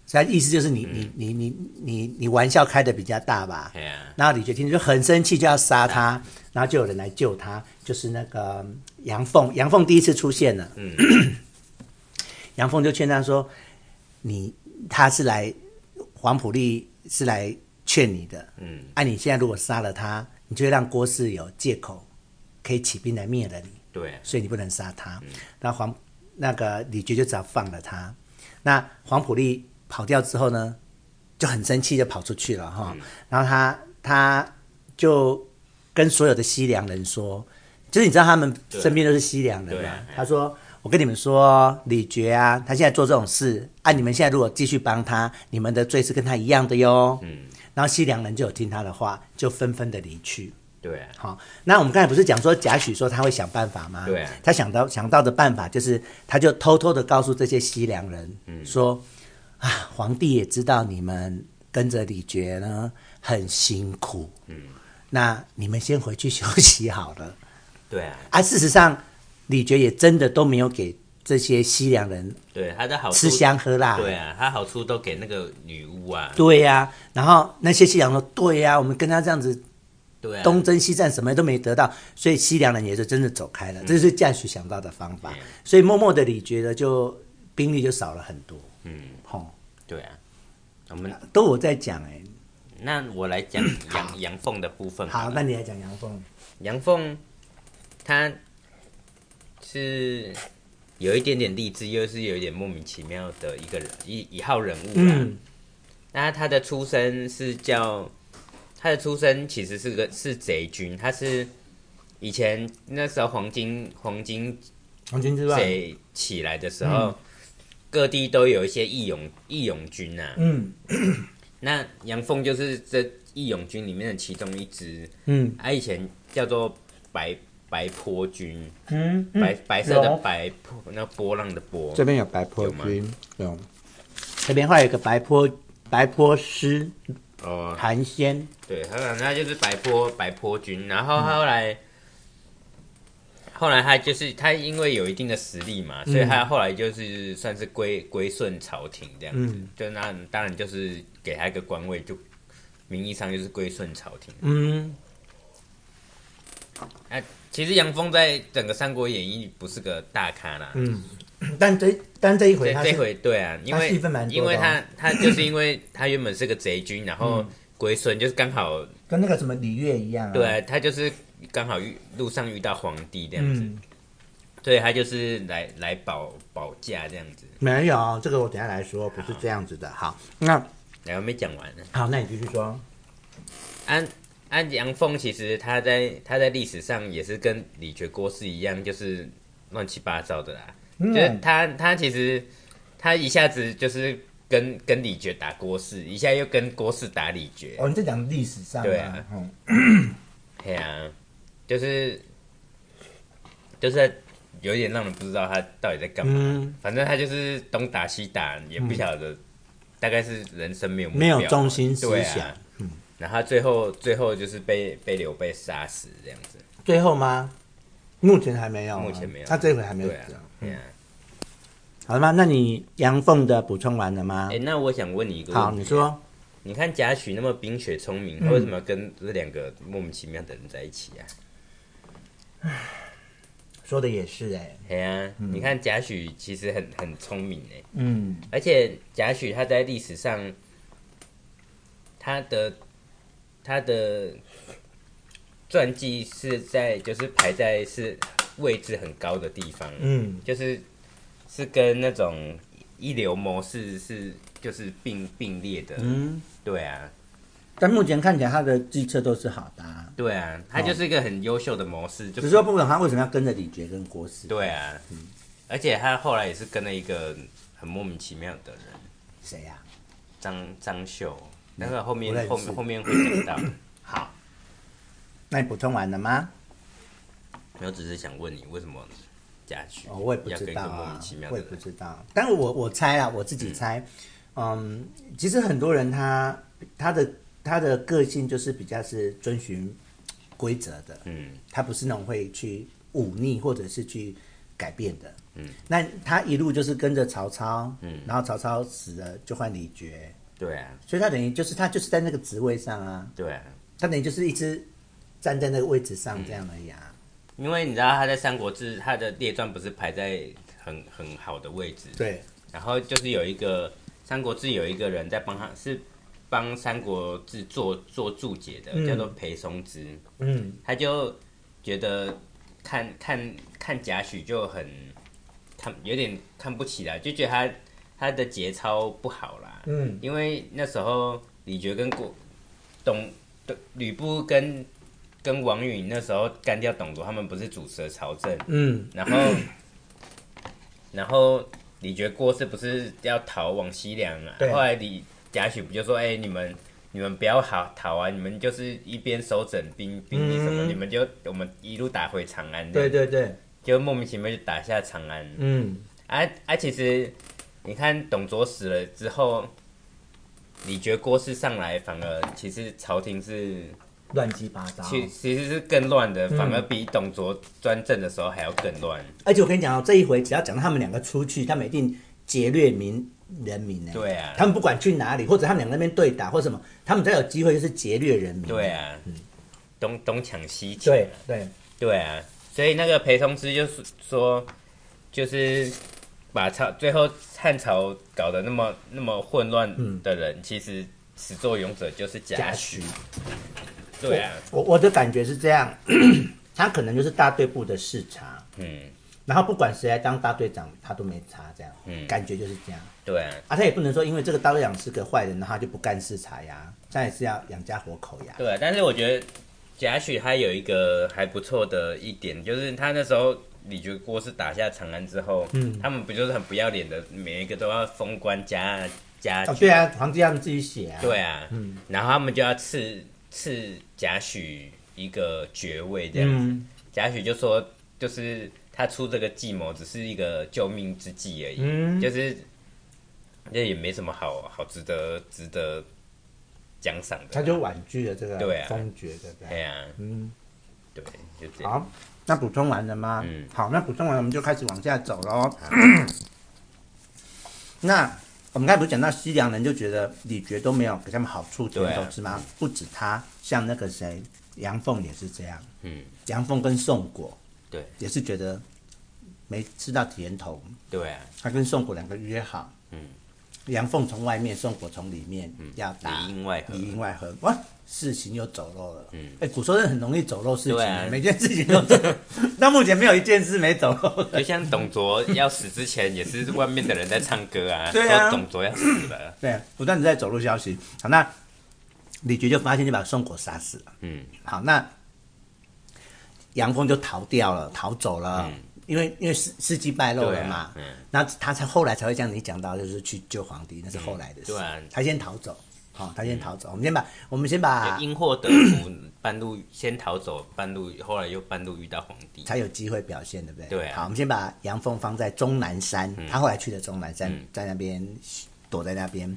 Speaker 1: 所以他意思就是你、
Speaker 2: 嗯
Speaker 1: 你你你你你玩笑开的比较大吧
Speaker 2: 哎。呀，
Speaker 1: 然后李觉天就很生气，就要杀他，然后就有人来救他，就是那个嗯杨凤。杨凤第一次出现了，
Speaker 2: 嗯
Speaker 1: [clears throat] 杨凤就劝他说：“你他是来黄埔利是来劝你的，
Speaker 2: 嗯，
Speaker 1: 啊，你现在如果杀了他，你就会让郭氏有借口可以起兵来灭了你。”
Speaker 2: 对啊，
Speaker 1: 所以你不能杀他。那黄那个李觉就只好放了他。那黄埔利跑掉之后呢，就很生气，就跑出去了
Speaker 2: 嗯
Speaker 1: 哈。然后他他就跟所有的西凉人说，就是你知道他们
Speaker 2: 对
Speaker 1: 身边都是西凉人
Speaker 2: 对
Speaker 1: 嘛
Speaker 2: 啊，
Speaker 1: 他说。我跟你们说，李觉啊，他现在做这种事，啊，你们现在如果继续帮他，你们的罪是跟他一样的哟。
Speaker 2: 嗯，
Speaker 1: 然后西凉人就有听他的话，就纷纷的离去。
Speaker 2: 对啊，
Speaker 1: 好，那我们刚才不是讲说贾诩说他会想办法吗？
Speaker 2: 对啊
Speaker 1: 他想到想到的办法就是，他就偷偷的告诉这些西凉人，
Speaker 2: 嗯
Speaker 1: 说啊，皇帝也知道你们跟着李觉呢很辛苦，嗯，那你们先回去休息好了。
Speaker 2: 对啊，
Speaker 1: 啊，事实上，李觉也真的都没有给这些西凉人
Speaker 2: 对他的好处
Speaker 1: 吃。香喝辣，
Speaker 2: 哦对啊，他好处都给那个女巫啊。
Speaker 1: 对呀、然后那些西凉说，对呀、我们跟他这样子
Speaker 2: 对啊，
Speaker 1: 东征西战什么都没得到，所以西凉人也就真的走开了，这就是贾诩想到的方法
Speaker 2: 嗯。
Speaker 1: 所以默默的李觉得就兵力就少了很多，
Speaker 2: 嗯，
Speaker 1: 吼，
Speaker 2: 对啊。我们
Speaker 1: 都我在讲哎、
Speaker 2: 那我来讲杨杨凤的部分
Speaker 1: 好，
Speaker 2: 了
Speaker 1: 那你来讲杨凤，
Speaker 2: 杨凤，她是有一点点励志，又是有一点莫名其妙的一个人一一号人物啦。
Speaker 1: 嗯
Speaker 2: 那她的出身是叫，她的出身其实是个是贼军，她是以前那时候黄金黄金
Speaker 1: 红军之乱，
Speaker 2: 贼起来的时
Speaker 1: 嗯
Speaker 2: 候，各地都有一些义勇义勇军呐、
Speaker 1: 嗯
Speaker 2: 那杨凤就是这义勇军里面的其中一支，啊
Speaker 1: 嗯
Speaker 2: 她以前叫做白白坡军。
Speaker 1: 嗯，
Speaker 2: 白白色的
Speaker 1: 有
Speaker 2: 白，波那波浪的波。
Speaker 1: 这边有白坡
Speaker 2: 有吗
Speaker 1: 军，有，这边还有一个白坡白坡师
Speaker 2: 哦，
Speaker 1: 韩暹，
Speaker 2: 对，他反正他就是白坡白坡军，然后
Speaker 1: 嗯
Speaker 2: 他后来、后来他就是他因为有一定的实力嘛，所以
Speaker 1: 嗯
Speaker 2: 他后来就是算是归归顺朝廷这样子，
Speaker 1: 嗯
Speaker 2: 就那当然就是给他一个官位，就名义上就是归顺朝廷。
Speaker 1: 嗯
Speaker 2: 其实杨峰在整个《三国演义》不是个大咖啦，
Speaker 1: 嗯，但这但这一回
Speaker 2: 这
Speaker 1: 他
Speaker 2: 这
Speaker 1: 是
Speaker 2: 回对啊，因
Speaker 1: 他
Speaker 2: 为
Speaker 1: 戏份蛮多的哦嗯
Speaker 2: 因为他他就是因为他原本是个贼军，然后归顺就是刚好
Speaker 1: 跟那个什么李月一样、啊，
Speaker 2: 对，他就是刚好遇路上遇到皇帝这样子，
Speaker 1: 嗯
Speaker 2: 所以他就是来来保保驾这样子。
Speaker 1: 没有，这个我等一下来说，不是这样子的。好，那
Speaker 2: 然后没讲完呢，
Speaker 1: 好，那你继续说。
Speaker 2: 安安阳凤其实他在他在历史上也是跟李觉郭氏一样，就是乱七八糟的啦。就是
Speaker 1: 嗯，
Speaker 2: 他他其实他一下子就是跟跟李觉打郭氏，一下又跟郭氏打李觉，
Speaker 1: 哦我们在讲历史上
Speaker 2: 对啊
Speaker 1: 嗯
Speaker 2: 对啊，就是就是有点让人不知道他到底在干嘛。
Speaker 1: 嗯，
Speaker 2: 反正他就是东打西打，也不晓得，大概是人生没有目
Speaker 1: 没有
Speaker 2: 标
Speaker 1: 中心思
Speaker 2: 对
Speaker 1: 想
Speaker 2: 啊。然后他最后最后就是被被刘备杀死这样子，
Speaker 1: 最后吗？目前还没有啊，
Speaker 2: 目前没有
Speaker 1: 他这回还没有
Speaker 2: 对啊
Speaker 1: 讲。，
Speaker 2: 对啊。
Speaker 1: 好了吗？那你杨凤的补充完了吗
Speaker 2: 哎、？那我想问你一个
Speaker 1: 嗯
Speaker 2: 问
Speaker 1: 好，
Speaker 2: 题
Speaker 1: 你，说嗯
Speaker 2: 你看贾诩那么冰雪聪明，他为什么要跟这两个莫名其妙的人在一起啊？
Speaker 1: 说的也是哎，
Speaker 2: 哎呀、你看贾诩其实很很聪明哎，
Speaker 1: 嗯
Speaker 2: 而且贾诩他在历史上，他的他的传记是在就是排在是位置很高的地方，
Speaker 1: 嗯
Speaker 2: 就是是跟那种一流模式是就是并并列的，
Speaker 1: 嗯。
Speaker 2: 对啊，
Speaker 1: 但目前看起来他的计策都是好的、啊，
Speaker 2: 对啊，他就是一个很优秀的模式，就
Speaker 1: 只是说不懂他为什么要跟着李觉跟郭汜。
Speaker 2: 对，啊，而且他后来也是跟了一个很莫名其妙的人，
Speaker 1: 谁啊呀、
Speaker 2: 张张秀，那个后
Speaker 1: 不认
Speaker 2: 面
Speaker 1: 识
Speaker 2: 后面后面会讲到。好，
Speaker 1: 那你补充完了吗？
Speaker 2: 我只是想问你，为什么家去？
Speaker 1: 哦，我也不
Speaker 2: 要
Speaker 1: 知
Speaker 2: 跟一
Speaker 1: 道
Speaker 2: 个莫
Speaker 1: 啊
Speaker 2: 名其，妙
Speaker 1: 我
Speaker 2: 的
Speaker 1: 也不
Speaker 2: 人，
Speaker 1: 知道。但我我猜啊，我自己猜，嗯，其实很多人他他的他的个性就是比较是遵循规则的，
Speaker 2: 嗯，
Speaker 1: 他不是那种会去忤逆或者是去改变的。
Speaker 2: 嗯，
Speaker 1: 那他一路就是跟着曹操，
Speaker 2: 嗯
Speaker 1: 然后曹操死了就换李觉，
Speaker 2: 对啊，
Speaker 1: 所以他等于就是他就是在那个职位上啊，
Speaker 2: 对啊，
Speaker 1: 他等于就是一直站在那个位置
Speaker 2: 嗯
Speaker 1: 上这样而已啊。
Speaker 2: 因为你知道他在《三国志》他的列传不是排在很很好的位置，
Speaker 1: 对，
Speaker 2: 然后就是有一个《三国志》有一个人在帮他是帮《三国志做》做注解的，
Speaker 1: 嗯
Speaker 2: 叫做裴松之，
Speaker 1: 嗯
Speaker 2: 他就觉得看看看贾诩就很看有点看不起啦，就觉得他他的节操不好啦，
Speaker 1: 嗯
Speaker 2: 因为那时候李觉跟郭董董吕布跟跟王允那时候干掉董卓，他们不是主持了朝政，
Speaker 1: 嗯
Speaker 2: 然后
Speaker 1: [coughs]
Speaker 2: 然后李觉郭是不是要逃往西凉啊？
Speaker 1: 对
Speaker 2: 后来李贾诩不就说：“哎、你们你们不要逃逃啊，你们就是一边收整兵兵力什么，
Speaker 1: 嗯
Speaker 2: 你们就我们一路打回长安。”
Speaker 1: 对，对对，
Speaker 2: 就莫名其妙就打下长安。
Speaker 1: 嗯
Speaker 2: 啊啊，其实你看董卓死了之后，李觉郭氏上来，反而其实朝廷是
Speaker 1: 乱七八糟。
Speaker 2: 其其实是更乱的，反
Speaker 1: 嗯
Speaker 2: 而比董卓专政的时候还要更乱。
Speaker 1: 而且我跟你讲哦，这一回只要讲到他们两个出去，他们一定劫掠民人民呢。
Speaker 2: 对啊
Speaker 1: 他们不管去哪里，或者他们两个那边对打或什么，他们只要有机会就是劫掠人民。
Speaker 2: 对啊，东东抢西抢。
Speaker 1: 嗯对对，
Speaker 2: 对啊，所以那个裴松之就是说，就是把朝最后汉朝搞得那么那么混乱的人，其实始作俑者就是贾
Speaker 1: 嗯贾
Speaker 2: 诩
Speaker 1: 诩。。
Speaker 2: 对啊，
Speaker 1: 我我的感觉是这样， [clears throat] 他可能就是大队部的视察，
Speaker 2: 嗯，
Speaker 1: 然后不管谁来当大队长，他都没差这样，
Speaker 2: 嗯
Speaker 1: 感觉就是这样。
Speaker 2: 对啊，
Speaker 1: 啊，他也不能说因为这个大队长是个坏人，然后他就不干视察呀，他也是要养家活口呀。
Speaker 2: 对啊。但是我觉得贾诩他有一个还不错的一点，就是他那时候。李觉郭是打下长安之后，嗯，他们不就是很不要脸的，每一个都要封官加加、
Speaker 1: 哦，对啊，皇帝让他们自己写啊。
Speaker 2: 对啊，然后他们就要赐赐贾诩一个爵位这样子。
Speaker 1: 嗯
Speaker 2: 贾诩就说，就是他出这个计谋只是一个救命之计而已，
Speaker 1: 嗯
Speaker 2: 就是那也没什么好好值得值得奖赏的。
Speaker 1: 他就婉拒了这个
Speaker 2: 对啊
Speaker 1: 封爵，对不
Speaker 2: 对
Speaker 1: 对？
Speaker 2: 啊，
Speaker 1: 嗯，
Speaker 2: 对，就这样。
Speaker 1: 好，那补充完了吗？
Speaker 2: 嗯
Speaker 1: 好，那补充完我们就开始往下走喽。 [clears throat] 那我们刚才不是讲到西凉人就觉得李觉都没有给他们好处甜
Speaker 2: 啊
Speaker 1: 头吃吗？不止他，像那个谁杨凤也是这样，
Speaker 2: 嗯，
Speaker 1: 杨凤跟宋果
Speaker 2: 对
Speaker 1: 也是觉得没吃到甜头，
Speaker 2: 对啊，
Speaker 1: 他跟宋国两个约好，
Speaker 2: 嗯，
Speaker 1: 阳奉从外面，松果从里面，要打
Speaker 2: 里应外合
Speaker 1: 里应外合，哇，事情又走漏了。
Speaker 2: 哎嗯
Speaker 1: 哎，古时候人很容易走漏事情
Speaker 2: 对啊
Speaker 1: 啊，每件事情都走， [laughs] 到目前没有一件事没走漏的。
Speaker 2: 就像董卓要死之前，也是外面的人在唱歌啊，
Speaker 1: [laughs] 对啊
Speaker 2: 说董卓要死了，
Speaker 1: 对，啊不断的在走漏消息。好，那李傕就发现就把松果杀死了。
Speaker 2: 嗯，
Speaker 1: 好，那杨峰就逃掉了，逃走了，
Speaker 2: 嗯
Speaker 1: 因为因为事事迹败露
Speaker 2: 对
Speaker 1: 了嘛。
Speaker 2: 啊，嗯，
Speaker 1: 然后他才后来才会像你讲到，就是去救皇帝，那是后来的事。
Speaker 2: 对啊嗯
Speaker 1: 他先逃走，好、他先逃走。我们先把我们先把
Speaker 2: 就因祸得福，半路先逃走，半路后来又半路遇到皇帝，
Speaker 1: 才有机会表现，对不对？
Speaker 2: 对啊
Speaker 1: 好，我们先把杨凤放在终南山，他后来去了终南山，
Speaker 2: 嗯
Speaker 1: 在那边躲在那边。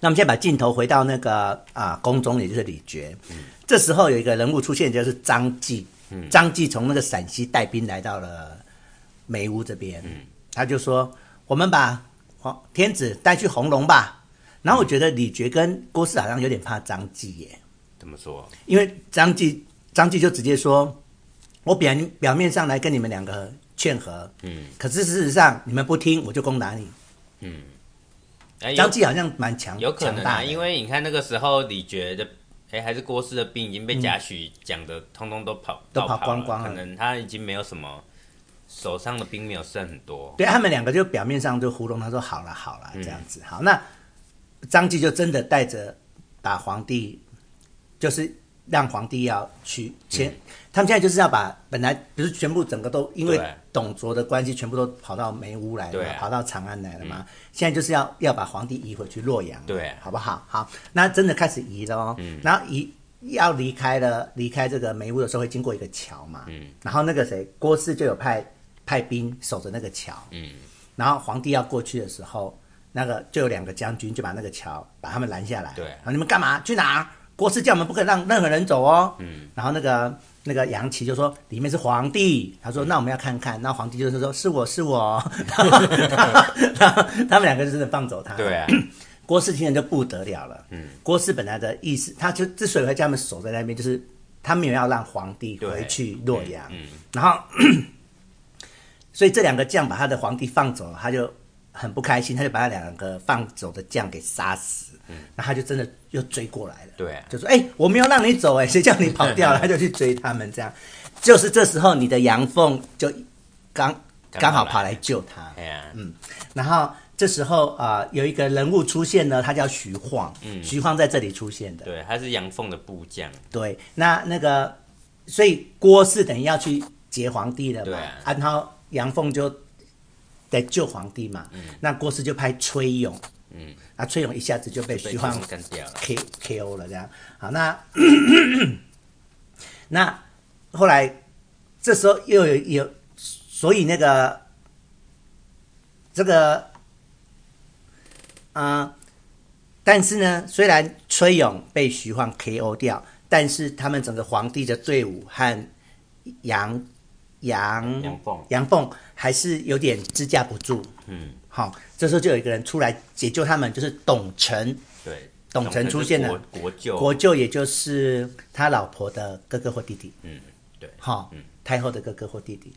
Speaker 1: 那我们现在把镜头回到那个啊、宫中，也就是李傕。
Speaker 2: 嗯
Speaker 1: 这时候有一个人物出现，就是张继。张继从那个陕西带兵来到了梅屋这边，
Speaker 2: 嗯
Speaker 1: 他就说：“我们把皇天子带去红龙吧。”然后我觉得李傕跟郭汜好像有点怕张继耶，
Speaker 2: 怎么说？
Speaker 1: 因为张继张继就直接说，我表表面上来跟你们两个劝和，
Speaker 2: 嗯
Speaker 1: 可是事实上你们不听，我就攻打你。
Speaker 2: 嗯，哎有
Speaker 1: 张继好像蛮强，
Speaker 2: 有可能
Speaker 1: 强大
Speaker 2: 啊，
Speaker 1: 的
Speaker 2: 因为你看那个时候李觉的，哎、还是郭氏的病已经被贾诩讲的，通通都跑
Speaker 1: 都
Speaker 2: 爆
Speaker 1: 跑光
Speaker 2: 了
Speaker 1: 光了
Speaker 2: 可能他已经没有什么手上的兵没有剩很多，
Speaker 1: 对他们两个就表面上就糊弄他说好了好
Speaker 2: 嗯
Speaker 1: 了这样子，好那张继就真的带着把皇帝，就是让皇帝要去迁，
Speaker 2: 嗯
Speaker 1: 他们现在就是要把本来不是全部整个都因为
Speaker 2: 对
Speaker 1: 董卓的关系全部都跑到梅屋来了
Speaker 2: 对
Speaker 1: 嘛，
Speaker 2: 啊嗯
Speaker 1: 跑到长安来了嘛，现在就是要要把皇帝移回去洛阳，
Speaker 2: 对嗯啊
Speaker 1: 好不好？好，那真的开始移了哦，然后移。要离开了，离开这个梅屋的时候会经过一个桥嘛，
Speaker 2: 嗯
Speaker 1: 然后那个谁郭汜就有派派兵守着那个桥，
Speaker 2: 嗯，
Speaker 1: 然后皇帝要过去的时候，那个就有两个将军就把那个桥把他们拦下来。
Speaker 2: 对
Speaker 1: 然后你们干嘛？去哪儿？国师叫我们不可以让任何人走哦。
Speaker 2: 嗯。
Speaker 1: 然后那个那个杨琪就说里面是皇帝，他
Speaker 2: 嗯
Speaker 1: 说那我们要看看。那皇帝就是说是我是我，
Speaker 2: [laughs]
Speaker 1: 然后然后他们两个就真的放走他。
Speaker 2: 对啊，
Speaker 1: 郭氏听了就不得了了。嗯，郭氏本来的意思，他就之所以会叫他们守在那边，就是他没有要让皇帝回
Speaker 2: 对
Speaker 1: 去洛阳。
Speaker 2: 嗯
Speaker 1: 然后， [coughs] 所以这两个将把他的皇帝放走，他就很不开心，他就把他两个放走的将给杀死。嗯，然后他就真的又追过来了。
Speaker 2: 对啊
Speaker 1: 就说：“哎、我没有让你走、哎， [laughs] 谁叫你跑掉了？”他就去追他们，这样。就是这时候，你的杨凤就刚刚
Speaker 2: 刚
Speaker 1: 好
Speaker 2: 好
Speaker 1: 跑
Speaker 2: 来
Speaker 1: 来嗯救他。
Speaker 2: 哎呀、
Speaker 1: 然后这时候啊、呃有一个人物出现呢，他叫徐晃，徐晃在这里出现的。
Speaker 2: 对，他是杨凤的部将，
Speaker 1: 对，那那个，所以郭氏等于要去劫皇帝了嘛，
Speaker 2: 对啊
Speaker 1: 然后杨凤就在救皇帝嘛，那郭氏就派崔勇，
Speaker 2: 嗯，
Speaker 1: 啊，崔勇一下子就被
Speaker 2: 被
Speaker 1: 徐晃
Speaker 2: 徐晃干掉了
Speaker 1: K KO 了，这样。好，那 [coughs] 那后来这时候又有有，所以那个这个啊、呃但是呢，虽然崔勇被徐晃 KO 掉，但是他们整个皇帝的队伍和杨杨
Speaker 2: 杨凤
Speaker 1: 杨凤还是有点支架不住。
Speaker 2: 嗯，
Speaker 1: 好、这时候就有一个人出来解救他们，就是董承。
Speaker 2: 对，
Speaker 1: 董承出现了
Speaker 2: 董承是国国舅，
Speaker 1: 国舅也就是他老婆的哥哥或弟弟，
Speaker 2: 嗯，对，
Speaker 1: 哈、
Speaker 2: 嗯
Speaker 1: 太后的哥哥或弟弟。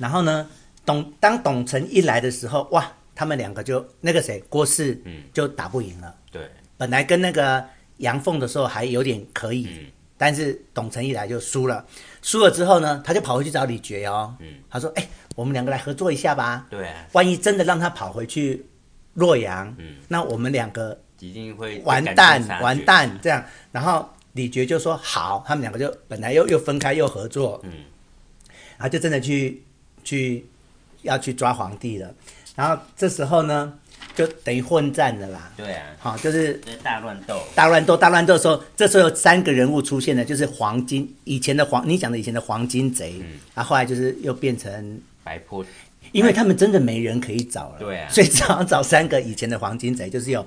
Speaker 1: 然后呢，董当董承一来的时候，哇，他们两个就那个谁郭氏，
Speaker 2: 嗯
Speaker 1: 就打不赢了。
Speaker 2: 对，
Speaker 1: 本来跟那个杨凤的时候还有点可以，
Speaker 2: 嗯
Speaker 1: 但是董承一来就输了。输了之后呢，他就跑回去找李傕哦，
Speaker 2: 嗯
Speaker 1: 他说：“哎、我们两个来合作一下吧，
Speaker 2: 对啊，
Speaker 1: 万一真的让他跑回去洛阳，
Speaker 2: 嗯
Speaker 1: 那我们两个
Speaker 2: 一定会
Speaker 1: 完
Speaker 2: 赶
Speaker 1: 蛋
Speaker 2: 尽杀绝
Speaker 1: 完，蛋这样。然后李觉就说好，他们两个就本来又又分开又合作，
Speaker 2: 嗯，
Speaker 1: 然后就真的去去要去抓皇帝了。然后这时候呢，就等于混战了啦。
Speaker 2: 对啊，
Speaker 1: 好，就是
Speaker 2: 这大乱斗，
Speaker 1: 大乱斗，大乱斗的时候，这时候有三个人物出现了，就是黄金以前的黄，你讲的以前的黄金贼，
Speaker 2: 嗯
Speaker 1: 然后后来就是又变成。
Speaker 2: 白坡
Speaker 1: 因为他们真的没人可以找了，
Speaker 2: 哎对啊
Speaker 1: 所以只好找三个以前的黄金贼，就是有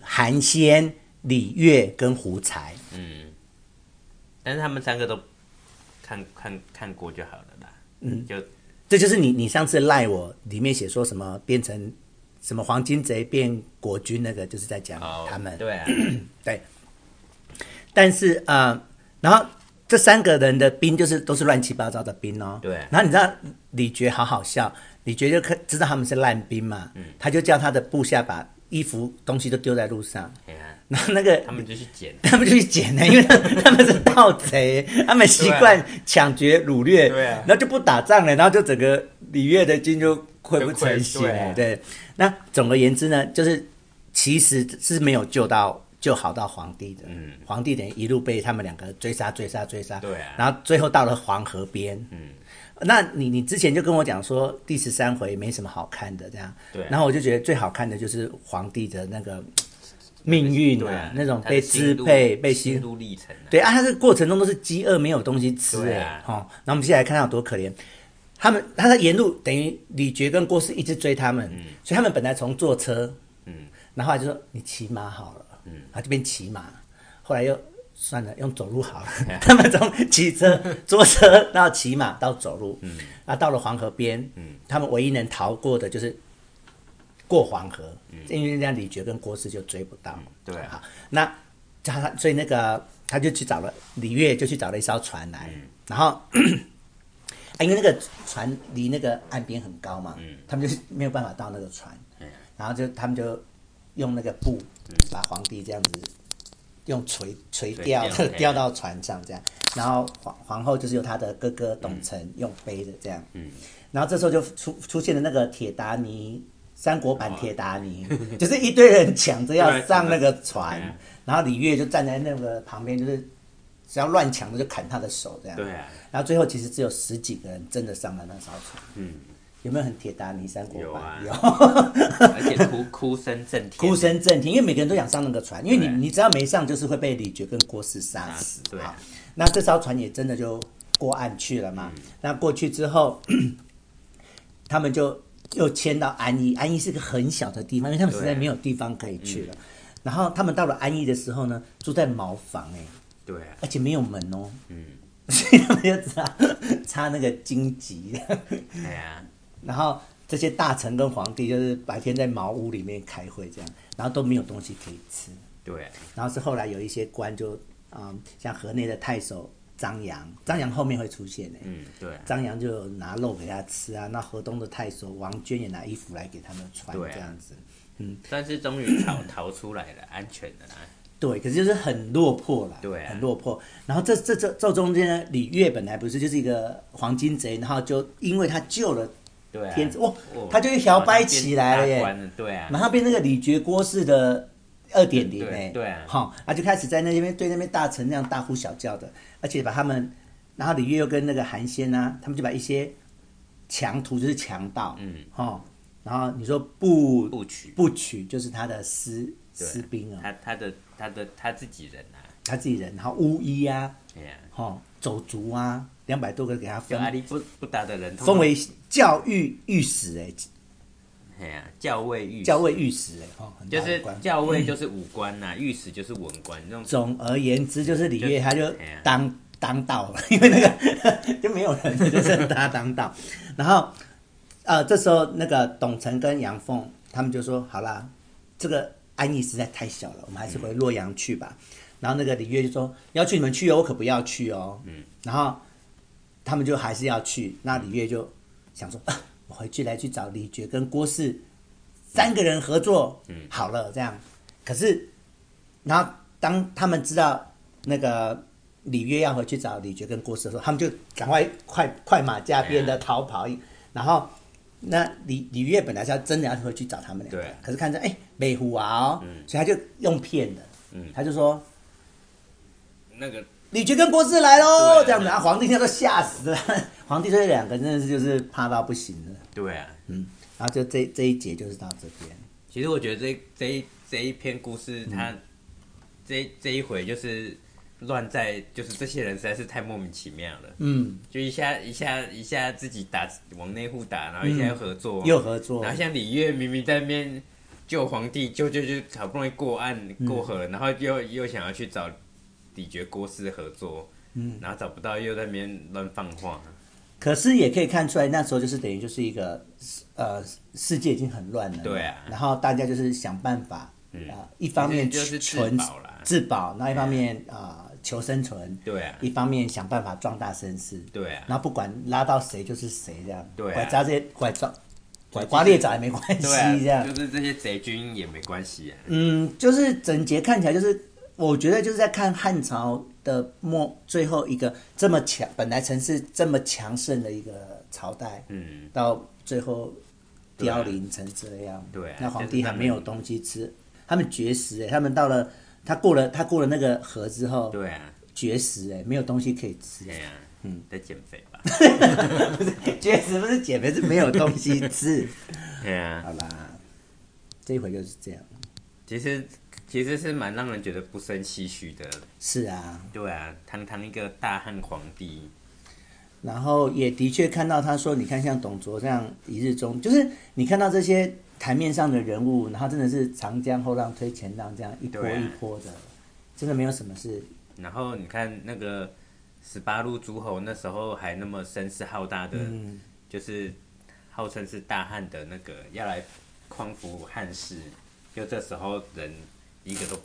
Speaker 1: 韩暹、李月跟胡才。
Speaker 2: 嗯，但是他们三个都看看看过就好了啦。嗯，就
Speaker 1: 这就是你你上次赖我里面写说什么变成什么黄金贼变国军那个，就是在讲
Speaker 2: 哦，
Speaker 1: 他们、
Speaker 2: 对啊，
Speaker 1: 对。但是呃，然后这三个人的兵就是都是乱七八糟的兵哦。
Speaker 2: 对
Speaker 1: 然后你知道李觉好好笑，李觉就看知道他们是烂兵嘛，
Speaker 2: 嗯
Speaker 1: 他就叫他的部下把衣服东西都丢在路上，
Speaker 2: 哎呀，
Speaker 1: 然后那个
Speaker 2: 他们就去捡，
Speaker 1: [laughs] 他们就去捡呢，因为他
Speaker 2: [laughs]
Speaker 1: 他们是盗贼，他们习惯抢劫掳掠，
Speaker 2: 对啊
Speaker 1: 然后就不打仗了，然后就整个里约的军就溃不
Speaker 2: 就溃
Speaker 1: 成形
Speaker 2: 对啊
Speaker 1: 了。对，那总而言之呢，就是其实是没有救到救好到皇帝的，
Speaker 2: 嗯
Speaker 1: 皇帝等于一路被他们两个追杀、追杀、追杀，
Speaker 2: 对啊
Speaker 1: 然后最后到了黄河边，
Speaker 2: 嗯，
Speaker 1: 那你你之前就跟我讲说第十三回没什么好看的这样，
Speaker 2: 对啊
Speaker 1: 然后我就觉得最好看的就是皇帝的那个命运
Speaker 2: 对
Speaker 1: 啊
Speaker 2: 啊，，
Speaker 1: 那种
Speaker 2: 他的
Speaker 1: 被
Speaker 2: 心
Speaker 1: 支
Speaker 2: 路
Speaker 1: 配、被吸
Speaker 2: 心路历程啊，
Speaker 1: 对啊，他这个过程中都是饥饿，没有东西吃
Speaker 2: 对
Speaker 1: 哎
Speaker 2: 啊、
Speaker 1: 哦，然后我们接下来看他有多可怜，他们他在沿路等于李觉跟郭汜一直追他们，所以他们本来从坐车，
Speaker 2: 嗯，
Speaker 1: 然后他就说你骑马好了，嗯，然后这边骑马，后来又算了，用走路好了。 [laughs] 他们从骑车、坐车，然后骑马到走路，嗯，啊，到了黄河边，嗯，他们唯一能逃过的就是过黄河，因为人家李觉跟郭汜就追不到，
Speaker 2: 对啊
Speaker 1: 好，那他所以那个他就去找了李月，就去找了一艘船来，然后 [clears throat] 啊因为那个船离那个岸边很高嘛，他们就是没有办法到那个船，然后就他们就用那个布把皇帝这样子用垂垂
Speaker 2: 垂
Speaker 1: [laughs] 钓
Speaker 2: 钓
Speaker 1: 钓到船上这样，然后皇皇后就是由她的哥哥董承用背的这样，
Speaker 2: 嗯
Speaker 1: 然后这时候就出出现了那个铁达尼三国版铁达尼， [laughs] 就是一堆人抢着要上那个船
Speaker 2: 哦对啊，
Speaker 1: 然后李月就站在那个旁边，就是只要乱抢的就砍他的手这样，
Speaker 2: 对
Speaker 1: [laughs]
Speaker 2: 啊，
Speaker 1: 然后最后其实只有十几个人真的上了那艘船，
Speaker 2: 嗯，
Speaker 1: 有没有很铁达尼三国版？
Speaker 2: 有啊
Speaker 1: 有。
Speaker 2: 而且哭哭声震天，
Speaker 1: 哭声震天，因为每个人都想上那个船，因为
Speaker 2: 对
Speaker 1: 你你只要没上，就是会被李觉跟郭汜杀
Speaker 2: 杀
Speaker 1: 死
Speaker 2: 死。对
Speaker 1: 好那这艘船也真的就过岸去了嘛。那过去之后， [clears throat] 他们就又迁到安邑，安邑是个很小的地方，因为他们实在
Speaker 2: 对
Speaker 1: 没有地方可以去了。然后他们到了安邑的时候呢，住在茅房哎、
Speaker 2: 对啊，
Speaker 1: 而且没有门哦， [laughs]
Speaker 2: 嗯，
Speaker 1: 所以他们就插插那个荆棘， [laughs]
Speaker 2: 哎呀，
Speaker 1: 然后这些大臣跟皇帝就是白天在茅屋里面开会这样，然后都没有东西可以吃。
Speaker 2: 对啊，
Speaker 1: 然后是后来有一些官就，嗯，像河内的太守张扬，张扬后面会出现的、欸
Speaker 2: 嗯，对啊，
Speaker 1: 张扬就拿肉给他吃啊，那河东的太守王娟也拿衣服来给他们穿，
Speaker 2: 对啊
Speaker 1: 这样子，
Speaker 2: 但是终于逃逃出来了，安全的啦，
Speaker 1: 对，可是就是很落魄啦，
Speaker 2: 对啊
Speaker 1: 很落魄。然后这这这这中间呢，李月本来不是就是一个黄金贼，然后就因为他救了，
Speaker 2: 对啊，
Speaker 1: 天子哇
Speaker 2: 哦
Speaker 1: 他就摇摆起来了耶
Speaker 2: 大官对啊，
Speaker 1: 马上变那个李觉郭氏的二点零
Speaker 2: 对
Speaker 1: 哎，
Speaker 2: 对啊
Speaker 1: 好，啊就开始在那边对那边大臣那样大呼小叫的，而且把他们，然后李月又跟那个韩暹啊，他们就把一些强徒就是强盗，
Speaker 2: 嗯，
Speaker 1: 哦，然后你说不
Speaker 2: 不取
Speaker 1: 不取就是他的私
Speaker 2: 对
Speaker 1: 私兵啊，
Speaker 2: 他他的他的他自己人啊，
Speaker 1: 他自己人，然后巫医啊，
Speaker 2: 哎呀，
Speaker 1: 哦，走卒啊，两百多个给他
Speaker 2: 就
Speaker 1: 分
Speaker 2: 阿里不不打的人，
Speaker 1: 分为教育御史哎、
Speaker 2: 哎呀，教位嗯御史
Speaker 1: 教位御史哎、哦，很大
Speaker 2: 就
Speaker 1: 的
Speaker 2: 是
Speaker 1: 官
Speaker 2: 教位就是武官呐，御史就是文官，那种
Speaker 1: 总而言之，就是李月
Speaker 2: 就
Speaker 1: 他就
Speaker 2: 哎呀
Speaker 1: 当当道了，因 [laughs] 为那个就没有人， [laughs] 就剩他当道。然后，呃，这时候那个董承跟杨凤他们就说：“好啦，这个安逸实在太小了，我们还是回洛阳去吧。然后那个李月就说：“要去你们去哦，我可不要去哦。”嗯，然后他们就还是要去。那李月就想说：“啊我回去来去找李觉跟郭氏三个人合作，嗯，好了，这样。”可是然后当他们知道那个李月要回去找李觉跟郭汜的时候，他们就赶快快快马加鞭
Speaker 2: 哎
Speaker 1: 的逃跑。然后那李李月本来是要真的要回去找他们两个
Speaker 2: 对，
Speaker 1: 可是看着哎美虎啊哦，所以他就用骗的，
Speaker 2: 嗯
Speaker 1: 他就说
Speaker 2: 那个
Speaker 1: 李觉跟郭汜来喽，
Speaker 2: 对
Speaker 1: 这样子，然后皇帝现在都吓死了， [laughs] 皇帝这两个真的是就是怕到不行了。
Speaker 2: 对啊，
Speaker 1: 然后就这这一节就是到这边，
Speaker 2: 其实我觉得这这一这一篇故事，
Speaker 1: 嗯
Speaker 2: 它、这这一回就是乱在，就是这些人实在是太莫名其妙了，
Speaker 1: 嗯，
Speaker 2: 就一下一下一下自己打往内互打，然后一下又合作，
Speaker 1: 嗯又合作
Speaker 2: 然，后像李月明明在那边救皇帝，救救救，好不容易过岸
Speaker 1: 嗯
Speaker 2: 过河，然后又又想要去找李觉郭汜合作，嗯，然后找不到，又在那边乱放话，
Speaker 1: 可是也可以看出来，那时候就是等于就是一个呃世界已经很乱了，
Speaker 2: 对啊嗯
Speaker 1: 然后大家就是想办法啊、呃一方面
Speaker 2: 就是就是
Speaker 1: 存
Speaker 2: 自保啦嗯
Speaker 1: 自保，那一方面啊、呃求生存，
Speaker 2: 对啊
Speaker 1: 一方面想办法壮大声势，
Speaker 2: 对啊
Speaker 1: 然后不管拉到谁就是谁这样，
Speaker 2: 对啊
Speaker 1: 拐抓这些拐抓
Speaker 2: 管
Speaker 1: 华列仔没关系，
Speaker 2: 对啊
Speaker 1: 这样。
Speaker 2: 就是这些贼军也没关系啊。
Speaker 1: 嗯，就是整节看起来就是，我觉得就是在看汉朝的末最后一个这么强，本来曾是这么强盛的一个朝代，
Speaker 2: 嗯，
Speaker 1: 到最后凋零成这样。
Speaker 2: 对啊
Speaker 1: 那皇帝还没有东西吃，他们绝食哎、他们到了他过了他过了那个河之后
Speaker 2: 对啊，
Speaker 1: 绝食哎、没有东西可以吃欸
Speaker 2: 对啊，嗯，在减肥吧。
Speaker 1: [laughs] 绝食不是减肥是没有东西吃，
Speaker 2: 对啊，
Speaker 1: [laughs] 好啦，这一回就是这样。
Speaker 2: 其实其实是蛮让人觉得不生唏嘘的。
Speaker 1: 是啊，
Speaker 2: 对啊，堂堂一个大汉皇帝，
Speaker 1: 然后也的确看到他说，你看像董卓这样一日中，就是你看到这些台面上的人物，然后真的是长江后浪推前浪，这样一波
Speaker 2: 对啊
Speaker 1: 一波的，真的没有什么是
Speaker 2: 然后你看那个十八路诸侯那时候还那么声势浩大的，就是号称是大汉的那个要来匡扶汉室，就这时候人一个都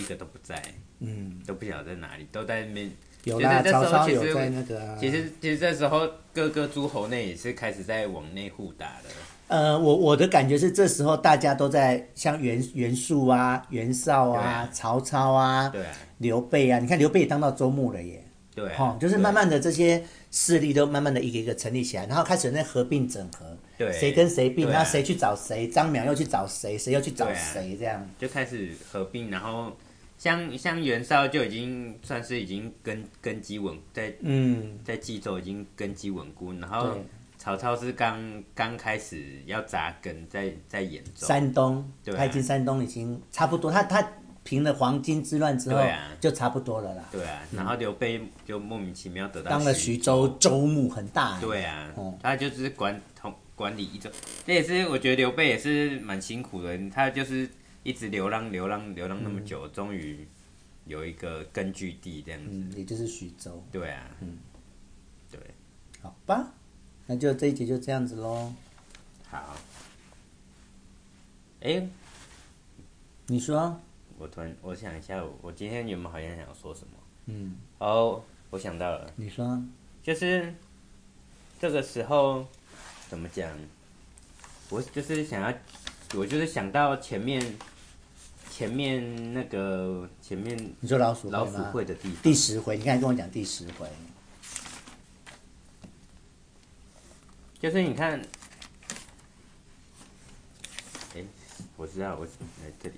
Speaker 2: 一个都不在，
Speaker 1: 嗯，
Speaker 2: 都不晓得在哪里，都在那边。
Speaker 1: 有啦，
Speaker 2: 就是那时
Speaker 1: 曹
Speaker 2: 候
Speaker 1: 操
Speaker 2: 其实
Speaker 1: 有在那个、啊，
Speaker 2: 其实其实这时候各个诸侯内也是开始在往内互打的，
Speaker 1: 呃，我我的感觉是这时候大家都在像袁袁术啊、袁绍
Speaker 2: 对
Speaker 1: 啊
Speaker 2: 啊、
Speaker 1: 曹操啊、
Speaker 2: 对啊，
Speaker 1: 刘备啊，你看刘备也当到周牧了耶，
Speaker 2: 对啊，
Speaker 1: 哦，就是慢慢的这些势力都慢慢的一个一个成立起来，然后开始在合并整合，
Speaker 2: 对
Speaker 1: 谁跟谁并，
Speaker 2: 对啊啊
Speaker 1: 然后谁去找谁，张淼又去找谁，谁又去找谁，这样，
Speaker 2: 就开始合并，然后像像袁绍就已经算是已经根根基稳在
Speaker 1: 嗯，
Speaker 2: 在冀州已经根基稳固，然后
Speaker 1: 对
Speaker 2: 曹操是刚刚开始要扎根在在兖州，
Speaker 1: 山东，
Speaker 2: 对啊
Speaker 1: 他已经山东已经差不多，他他平了黄巾之乱之后、
Speaker 2: 对啊
Speaker 1: 就差不多了啦，
Speaker 2: 对啊，然后刘备就莫名其妙得到
Speaker 1: 嗯当了徐州，州牧很大，
Speaker 2: 对啊
Speaker 1: 哦，
Speaker 2: 他就是管统管理一州，这也是我觉得刘备也是蛮辛苦的，他就是一直流浪流浪流浪那么久，终于有一个根据地这样子，
Speaker 1: 嗯嗯，也就是徐州，
Speaker 2: 对啊，对，
Speaker 1: 好吧，那就这一集就这样子喽，
Speaker 2: 好，哎，
Speaker 1: 你说，
Speaker 2: 我突然我想一下，我我今天原本好像想说什么。
Speaker 1: 嗯，
Speaker 2: 哦，我想到了，
Speaker 1: 你说，
Speaker 2: 就是这个时候怎么讲？我就是想要，我就是想到前面前面那个前面
Speaker 1: 你说老鼠
Speaker 2: 老
Speaker 1: 会
Speaker 2: 鼠
Speaker 1: 吗？
Speaker 2: 会的地方
Speaker 1: 第，十回，你刚才跟我讲第十回，
Speaker 2: 就是你看，哎，我知道，我哎这里。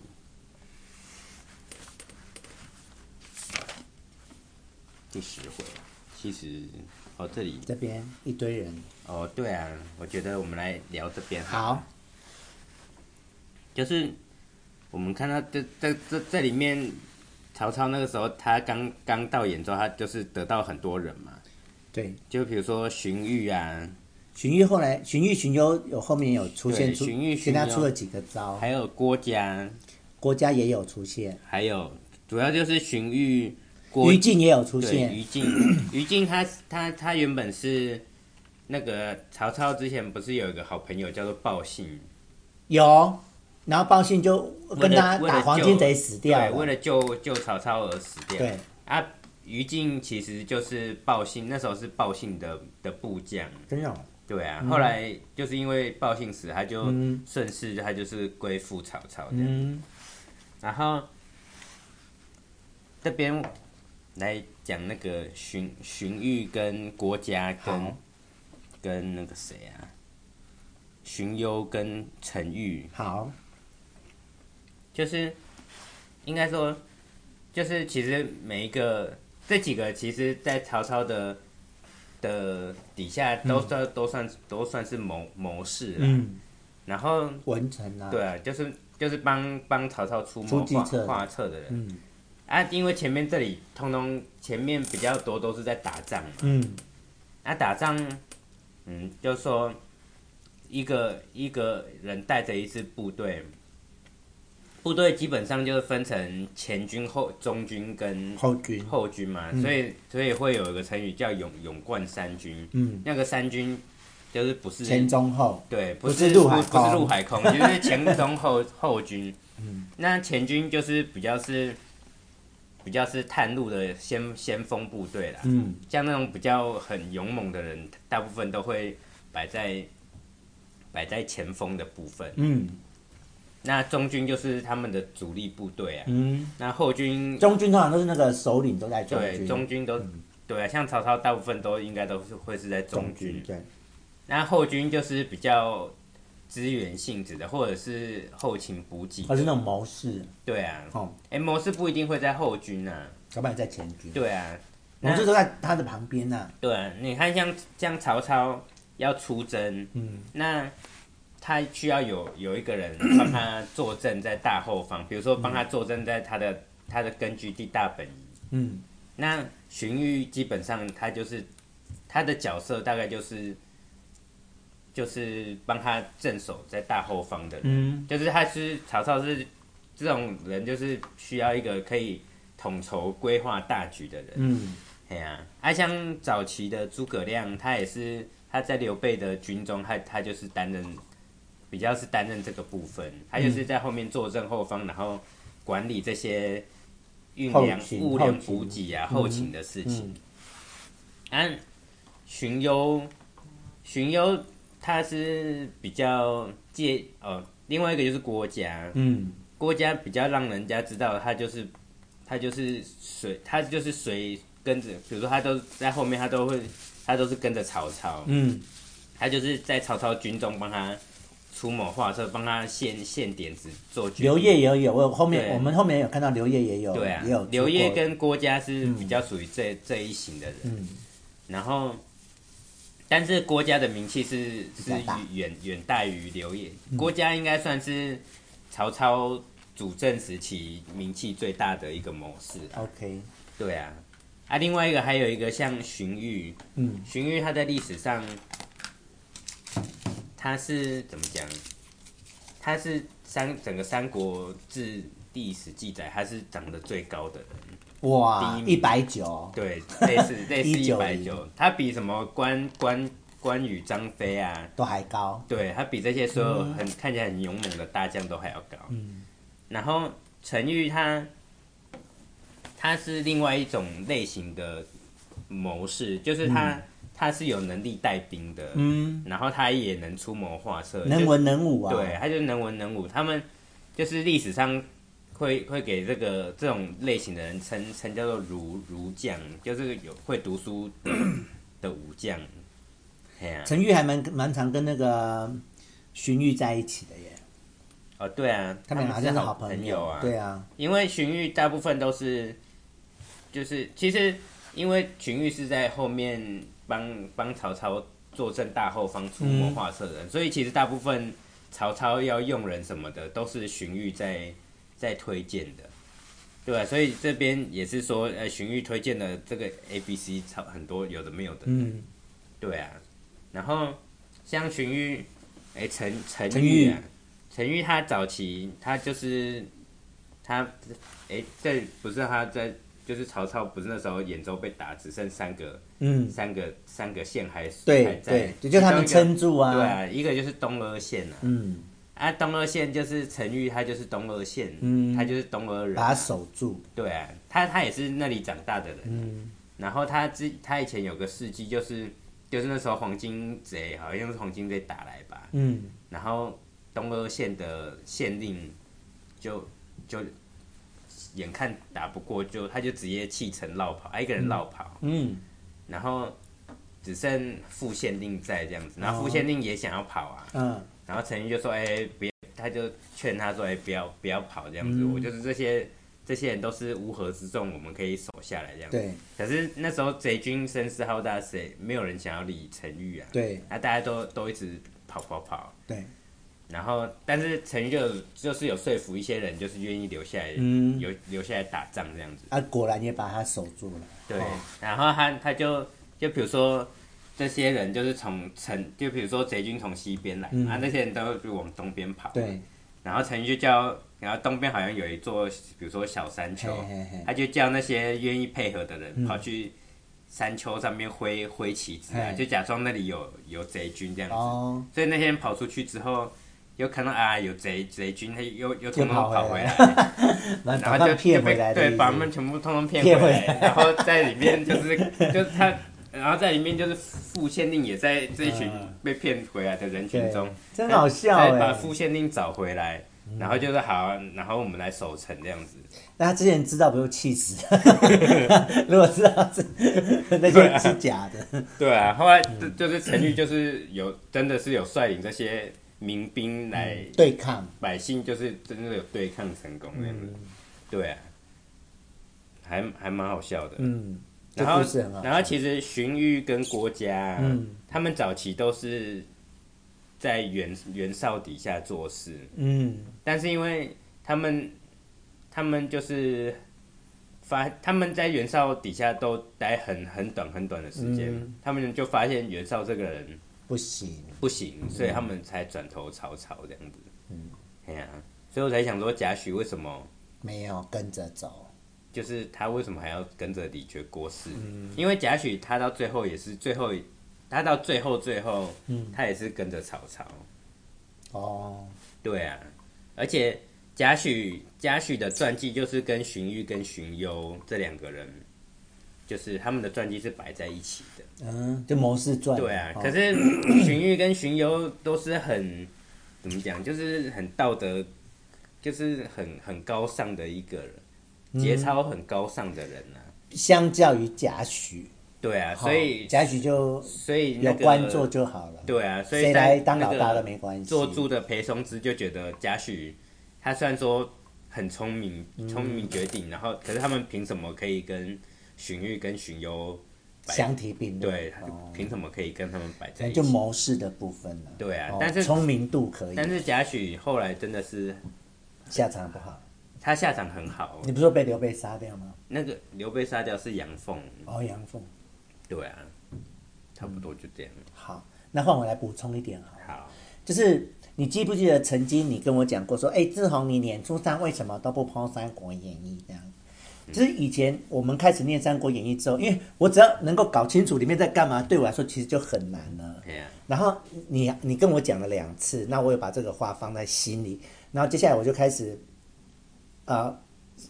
Speaker 2: 第十回，啊其实哦，这里
Speaker 1: 这边一堆人。
Speaker 2: 哦，对啊，我觉得我们来聊这边了
Speaker 1: 好，
Speaker 2: 就是我们看到这这这这里面，曹操那个时候他刚刚到兖州，他就是得到很多人嘛，
Speaker 1: 对，
Speaker 2: 就比如说荀彧啊，
Speaker 1: 荀彧后来，荀彧、荀攸有后面有出现
Speaker 2: 对
Speaker 1: 出，
Speaker 2: 荀彧
Speaker 1: 跟他
Speaker 2: 荀攸
Speaker 1: 出了几个招，
Speaker 2: 还有郭嘉，
Speaker 1: 郭嘉也有出现，
Speaker 2: 还有主要就是荀彧、郭
Speaker 1: 于禁也有出
Speaker 2: 对于
Speaker 1: 现， [clears throat]
Speaker 2: 禁，于禁他他他原本是那个曹操之前不是有一个好朋友叫做鲍信，
Speaker 1: 有，然后鲍信就跟他
Speaker 2: 为了
Speaker 1: 打黄
Speaker 2: 救
Speaker 1: 金贼死掉
Speaker 2: 对，为了救救曹操而死掉。
Speaker 1: 对
Speaker 2: 啊，于禁其实就是鲍信，那时候是鲍信的的部将。
Speaker 1: 真的哦，
Speaker 2: 对啊，后来就是因为鲍信死，他就顺势他就是归附曹操这样。
Speaker 1: 嗯，
Speaker 2: 然后这边来讲那个荀荀彧跟郭嘉跟
Speaker 1: 好
Speaker 2: 跟那个谁啊，荀攸跟陈馀，
Speaker 1: 好，
Speaker 2: 就是应该说，就是其实每一个这几个，其实，在曹操的的底下都算、都算都算是谋谋士了。
Speaker 1: 嗯，
Speaker 2: 然后
Speaker 1: 文臣啊，
Speaker 2: 对，啊，就是就是帮帮曹操出谋
Speaker 1: 出计
Speaker 2: 划
Speaker 1: 策的
Speaker 2: 画策的人。
Speaker 1: 嗯
Speaker 2: 啊，因为前面这里通通前面比较多都是在打仗嘛，
Speaker 1: 嗯，
Speaker 2: 那、打仗，嗯，就说一个一个人带着一支部队，部队基本上就是分成前军、后中军跟
Speaker 1: 后军，
Speaker 2: 后军嘛，
Speaker 1: 嗯
Speaker 2: 所以所以会有一个成语叫“勇勇冠三军”，
Speaker 1: 嗯，
Speaker 2: 那个三军就是不是
Speaker 1: 前中后，
Speaker 2: 对，
Speaker 1: 不
Speaker 2: 不
Speaker 1: 是
Speaker 2: 是
Speaker 1: 陆海
Speaker 2: 不不
Speaker 1: 空嗯
Speaker 2: 是陆海空，就
Speaker 1: [laughs]
Speaker 2: 是前中后后军。那前军就是比较是比较是探路的先先锋部队啦。
Speaker 1: 嗯，
Speaker 2: 像那种比较很勇猛的人，大部分都会摆在摆在前锋的部分。
Speaker 5: 嗯
Speaker 2: 那中军就是他们的主力部队啊，
Speaker 5: 嗯，
Speaker 2: 那后军
Speaker 5: 中军通常都是那个首领都在中
Speaker 2: 对
Speaker 5: 军，嗯
Speaker 2: 中军都、对啊，像曹操大部分都应该都是会是在中
Speaker 5: 中
Speaker 2: 军，
Speaker 5: 军对，
Speaker 2: 那后军就是比较支援性质的，或者是后勤补给的，
Speaker 5: 哦而是那种谋士
Speaker 2: 对啊，
Speaker 5: 哦，
Speaker 2: 哎、模式不一定会在后军啊，
Speaker 5: 要不然在前军，
Speaker 2: 对啊，
Speaker 5: 谋
Speaker 2: 那
Speaker 5: 士都在他的旁边呐，
Speaker 2: 对啊，你看像像曹操要出征，
Speaker 5: 嗯，
Speaker 2: 那他需要有有一个人帮他坐镇在大后方，比如说帮他坐镇在他的、他的根据地大本营。
Speaker 5: 嗯，
Speaker 2: 那荀彧基本上他就是他的角色大概就是就是帮他镇守在大后方的人，
Speaker 5: 嗯
Speaker 2: 就是他是曹操是这种人，就是需要一个可以统筹规划大局的人。
Speaker 5: 嗯
Speaker 2: 哎呀、啊，像早期的诸葛亮，他也是他在刘备的军中，他他就是担任比较是担任这个部分，他就是在后面坐镇后方，然后管理这些运粮
Speaker 5: 后、勤
Speaker 2: 物粮
Speaker 5: 后勤
Speaker 2: 补给啊、后勤的事情。
Speaker 5: 嗯
Speaker 2: 按荀攸，荀攸他是比较介哦，另外一个就是郭嘉，
Speaker 5: 嗯
Speaker 2: 郭嘉比较让人家知道他就是他就是随他就是随跟着，比如说他都在后面，他都会他都是跟着曹操，
Speaker 5: 嗯
Speaker 2: 他就是在曹操军中帮他出谋划策，帮他献献点子做军。
Speaker 5: 刘烨也有，我有后面
Speaker 2: 对
Speaker 5: 我们后面有看到刘烨也有，
Speaker 2: 对啊
Speaker 5: 也有，
Speaker 2: 刘烨
Speaker 5: 出过
Speaker 2: 跟郭嘉是比较属于这、这一型的人，
Speaker 5: 嗯
Speaker 2: 然后。但是郭嘉的名气是是
Speaker 5: 较大嗯
Speaker 2: 远远大于刘烨，郭嘉应该算是曹操主政时期名气最大的一个谋士啊。
Speaker 5: OK，
Speaker 2: 对啊，啊，另外一个还有一个像荀彧，
Speaker 5: 嗯
Speaker 2: 荀彧他在历史上，他是怎么讲？他是三整个《三国志》历史记载，他是长得最高的人，
Speaker 5: 嗯哇
Speaker 2: 第一
Speaker 5: 一
Speaker 2: 名
Speaker 5: 百九，
Speaker 2: 对，类似类似 [laughs] 一百
Speaker 5: 190
Speaker 2: 九，他比什么关关关羽、张飞啊，
Speaker 5: 都还高，
Speaker 2: 对他比这些所有很、看起来很勇猛的大将都还要高。
Speaker 5: 嗯
Speaker 2: 然后陈玉他他是另外一种类型的谋士，就是他、他是有能力带兵的，
Speaker 5: 嗯，
Speaker 2: 然后他也能出谋划策，
Speaker 5: 能文能武啊，
Speaker 2: 就对，他就能文能武。他们就是历史上会会给这个这种类型的人称称叫做儒儒将，就是有会读书的的武将。哎呀、
Speaker 5: 陈玉还蛮蛮常跟那个荀彧在一起的耶，
Speaker 2: 哦，对啊，
Speaker 5: 他们好像
Speaker 2: 是
Speaker 5: 是好
Speaker 2: 朋
Speaker 5: 友
Speaker 2: 啊，
Speaker 5: 对啊，
Speaker 2: 因为荀彧大部分都是，就是其实因为荀彧是在后面帮帮曹操坐镇大后方出谋划策的人，所以其实大部分曹操要用人什么的都是荀彧在在推荐的，对吧、所以这边也是说，呃，荀彧推荐的这个 A、B、C 超很多有的没有的，
Speaker 5: 嗯，
Speaker 2: 对啊。然后像荀彧，哎，陈陈
Speaker 5: 陈
Speaker 2: 彧
Speaker 5: 彧
Speaker 2: 啊，陈彧他早期他就是他，哎，这不是他在，就是曹操不是那时候兖州被打，只剩三个
Speaker 5: 嗯，
Speaker 2: 三个三个县还还
Speaker 5: 对
Speaker 2: 在
Speaker 5: 对，，就就他们
Speaker 2: 其中一个
Speaker 5: 撑住啊，
Speaker 2: 对啊，一个就是东阿县啊，
Speaker 5: 嗯，
Speaker 2: 啊，东阿县就是陈彧，他就是东阿县，
Speaker 5: 嗯
Speaker 2: 他就是东阿人啊，
Speaker 5: 把他守住，
Speaker 2: 对啊，他他也是那里长大的人，啊
Speaker 5: 嗯
Speaker 2: 然后他之他以前有个事迹，就是就是那时候黄金贼好像是黄金贼打来吧，
Speaker 5: 嗯，
Speaker 2: 然后东阿县的县令就就眼看打不过就，他就直接弃城绕跑，啊他一个人绕跑，
Speaker 5: 嗯，
Speaker 2: 然后只剩副县令在这样子，
Speaker 5: 哦
Speaker 2: 然后副县令也想要跑啊，
Speaker 5: 嗯，
Speaker 2: 然后陈毅就说：“哎、别，他就劝他说：‘哎、不要不要跑这样
Speaker 5: 嗯
Speaker 2: 子，我就是这些这些人都是乌合之众，我们可以守下来这样子。’
Speaker 5: 对
Speaker 2: 可是那时候贼军声势浩大，谁没有人想要理陈玉啊？
Speaker 5: 对
Speaker 2: 啊，大家都都一直跑跑跑，
Speaker 5: 对，
Speaker 2: 然后但是陈玉就有就是有说服一些人，就是愿意留下来，
Speaker 5: 嗯
Speaker 2: 留留下来打仗这样子。
Speaker 5: 啊，果然也把他守住了，
Speaker 2: 对，
Speaker 5: 哦
Speaker 2: 然后他他就就比如说这些人就是从陈，就比如说贼军从西边来，
Speaker 5: 嗯
Speaker 2: 啊，那些人都就往东边跑，
Speaker 5: 对，
Speaker 2: 然后陈玉就叫，然后东边好像有一座，比如说小山丘，
Speaker 5: 嘿嗯嘿嘿
Speaker 2: 他就叫那些愿意配合的人跑去山丘上面挥挥旗子啊，
Speaker 5: 嘿
Speaker 2: 就假装那里有有贼军这样子。
Speaker 5: 哦，
Speaker 2: 所以那些人跑出去之后，又看到啊有贼贼军，他又又通通
Speaker 5: 跑回
Speaker 2: 跑回
Speaker 5: 来
Speaker 2: 来，
Speaker 5: [laughs] 把
Speaker 2: 然
Speaker 5: 把
Speaker 2: 后
Speaker 5: 他
Speaker 2: 就
Speaker 5: 骗
Speaker 2: 就被
Speaker 5: 回来的意
Speaker 2: 对，
Speaker 5: 思，
Speaker 2: 把他们全部通通骗
Speaker 5: 骗
Speaker 2: 回
Speaker 5: 回
Speaker 2: 来，
Speaker 5: 来 [laughs]
Speaker 2: 然后在里面就是就是他然后在里面就是副县令也在这一群
Speaker 1: 嗯
Speaker 2: 被骗回来的人群中，
Speaker 1: 真好笑
Speaker 2: 再
Speaker 1: 哎、
Speaker 2: 把副县令找回来，然后就是好啊，然后我们来守城这样子。
Speaker 1: 那他之前知道不就气
Speaker 2: [laughs]
Speaker 1: 死？如果知道是那就是假的，
Speaker 2: 对啊，后来
Speaker 1: 嗯
Speaker 2: 就就是陈玉就是有真的是有率领这些民兵来
Speaker 1: 嗯对抗。
Speaker 2: 百姓，就是真的有对抗成功这样
Speaker 1: 嗯
Speaker 2: 子。
Speaker 5: 嗯
Speaker 2: 对啊，还还蛮好笑的。
Speaker 1: 嗯，这
Speaker 2: 然后
Speaker 1: 故事很好，
Speaker 2: 然后其实荀彧跟郭嘉，啊
Speaker 1: 嗯
Speaker 2: 他们早期都是在袁袁绍底下做事，
Speaker 1: 嗯，
Speaker 2: 但是因为他们他们就是发他们在袁绍底下都待很很短很短的时间，
Speaker 1: 嗯
Speaker 2: 他们就发现袁绍这个人
Speaker 1: 不行，
Speaker 2: 不行，所以他们才转头曹操这样子。嗯，哎呀、所以我才想说贾诩为什么
Speaker 1: 没有跟着走。
Speaker 2: 就是他为什么还要跟着李傕郭汜？因为贾诩他到最后也是最后，他到最后最后，他也是跟着曹操。
Speaker 1: 哦，
Speaker 2: 对啊，而且贾诩贾诩的传记就是跟荀彧跟荀攸这两个人，就是他们的传记是摆在一起的。
Speaker 1: 嗯，就谋士传。
Speaker 2: 对啊，
Speaker 1: 哦
Speaker 2: 可是荀彧跟荀攸都是很怎么讲，就是很道德，就是很很高尚的一个
Speaker 1: 嗯
Speaker 2: 人，节操很高尚的人啊。
Speaker 1: 相较于贾诩，
Speaker 2: 对啊，
Speaker 1: 好
Speaker 2: 所以
Speaker 1: 贾诩就
Speaker 2: 所以那
Speaker 1: 有
Speaker 2: 个
Speaker 1: 官做就好了。
Speaker 2: 对啊，所以
Speaker 1: 谁
Speaker 2: 在
Speaker 1: 来当老
Speaker 2: 那
Speaker 1: 大
Speaker 2: 个
Speaker 1: 都没关系。
Speaker 2: 做猪的裴松之就觉得贾诩他虽然说很聪明，
Speaker 1: 嗯
Speaker 2: 聪明绝顶，然后可是他们凭什么可以跟荀彧跟荀攸摆
Speaker 1: 相提并论，
Speaker 2: 对
Speaker 1: 哦，
Speaker 2: 凭什么可以跟他们摆在
Speaker 1: 那
Speaker 2: 一
Speaker 1: 就
Speaker 2: 起？
Speaker 1: 谋士的部分了。
Speaker 2: 对啊
Speaker 1: 哦
Speaker 2: 但是
Speaker 1: 聪明度可以，
Speaker 2: 但是贾诩后来真的是
Speaker 1: 下场不好。
Speaker 2: 他下场很好
Speaker 1: 你，不是说被刘备杀掉吗？哦
Speaker 2: 那个刘备杀掉是杨凤，
Speaker 1: 欧阳锋。
Speaker 2: 对啊，差不多就这样。
Speaker 1: 好，那换我来补充一点好了，
Speaker 2: 好，
Speaker 1: 就是你记不记得曾经你跟我讲过说，哎，志宏，你脸书上为什么都不抛《三国演义》这样？就是以前我们开始念《三国演义》之后，因为我只要能够搞清楚里面在干嘛，对我来说其实就很难了。
Speaker 2: 哎呀，
Speaker 1: 然后你你跟我讲了两次，那我也把这个话放在心里。然后接下来我就开始，啊、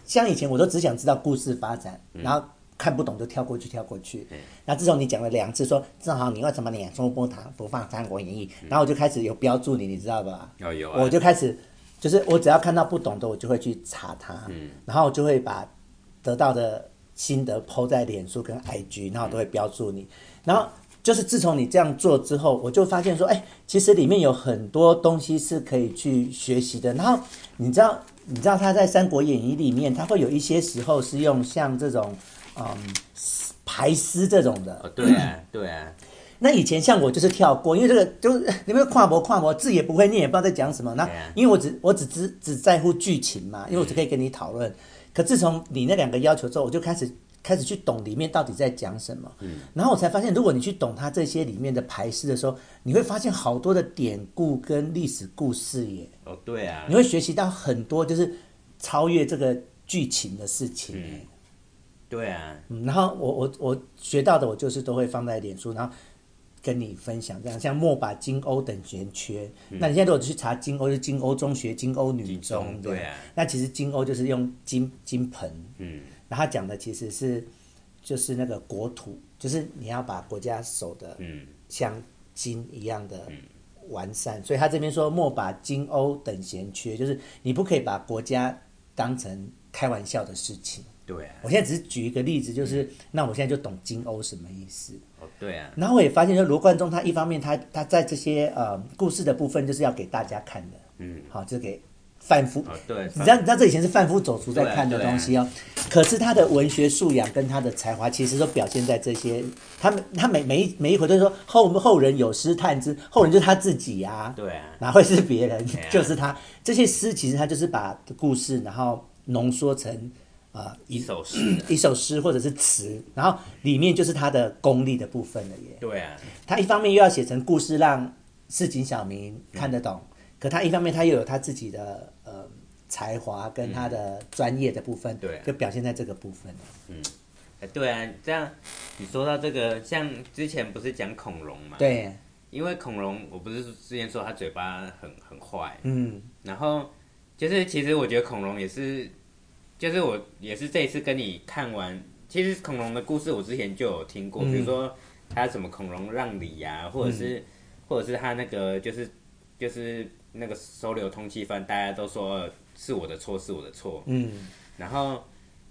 Speaker 1: 像以前我都只想知道故事发展，然后看不懂就跳过去，跳过去。那自从你讲了两次说正好你为什么脸书不谈不放《三国演义》，然后我就开始有标注你，你知道吧？
Speaker 2: 哦有啊
Speaker 1: 我，就开始就是我只要看到不懂的，我就会去查它，然后我就会把得到的心得抛在脸书跟 IG，然后我都会标注你。然后就是自从你这样做之后，我就发现说，哎，其实里面有很多东西是可以去学习的。然后你知道，你知道他在《三国演义》里面，他会有一些时候是用像这种嗯排诗这种的，
Speaker 2: 哦对啊，对啊，
Speaker 1: 那以前像我就是跳过，因为这个就是 [laughs] 你们跨博跨博字也不会念，也不知道在讲什么。那
Speaker 2: 对啊
Speaker 1: 因为我只我只只只在乎剧情嘛，因为我只可以跟你讨
Speaker 2: 嗯
Speaker 1: 论。可自从你那两个要求之后，我就开始开始去懂里面到底在讲什么。嗯，然后我才发现，如果你去懂它这些里面的排式的时候，你会发现好多的典故跟历史故事耶。
Speaker 2: 哦对啊
Speaker 1: 你，会学习到很多就是超越这个剧情的事情耶。
Speaker 2: 嗯对啊，
Speaker 1: 嗯，然后我我我学到的，我就是都会放在脸书，然后跟你分享。这样像莫把金瓯等闲缺，
Speaker 2: 嗯
Speaker 1: 那你现在如果去查金瓯，就是金瓯中学、金瓯女
Speaker 2: 金
Speaker 1: 中，
Speaker 2: 钟
Speaker 1: 对
Speaker 2: 对啊
Speaker 1: 那其实金瓯就是用金金盆，
Speaker 2: 嗯，
Speaker 1: 然后它讲的其实是就是那个国土，就是你要把国家守的
Speaker 2: 嗯
Speaker 1: 像金一样的完善。所以他这边说莫把金瓯等闲缺，就是你不可以把国家当成开玩笑的事情。
Speaker 2: 对啊，
Speaker 1: 我现在只是举一个例子，就是那我现在就懂金瓯什么意思。
Speaker 2: 哦对啊，
Speaker 1: 然后我也发现说，罗贯中他一方面他他在这些呃故事的部分就是要给大家看的，
Speaker 2: 嗯，
Speaker 1: 好，就是给贩夫。
Speaker 2: 哦对，
Speaker 1: 你知道，你知道这以前是贩夫走卒在
Speaker 2: 对啊
Speaker 1: 看的
Speaker 2: 对啊
Speaker 1: 东西哦。可是他的文学素养跟他的才华，其实都表现在这些。他们他每每一每一回都说后后人有诗叹之，后人就是他自己啊。
Speaker 2: 对啊，
Speaker 1: 哪会是别人
Speaker 2: 对啊？
Speaker 1: 就是他。这些诗其实他就是把故事，然后浓缩成呃
Speaker 2: 一首诗啊，
Speaker 1: 一首诗或者是词，然后里面就是他的功力的部分了耶。
Speaker 2: 对啊，
Speaker 1: 他一方面又要写成故事让市井小民看得懂，可他一方面他又有他自己的呃才华跟他的专业的部分，
Speaker 2: 对啊
Speaker 1: 就表现在这个部分了。
Speaker 2: 哎对啊，这样你说到这个，像之前不是讲孔融嘛？，
Speaker 1: 对，
Speaker 2: 因为孔融，我不是之前说他嘴巴很很坏，
Speaker 1: 嗯，
Speaker 2: 然后就是其实我觉得孔融也是，就是我也是这一次跟你看完，其实孔融的故事我之前就有听过，比如说他什么孔融让梨呀、或者是、或者是他那个就是就是那个收留通缉犯，大家都说呃是我的错，是我的错。
Speaker 1: 嗯
Speaker 2: 然后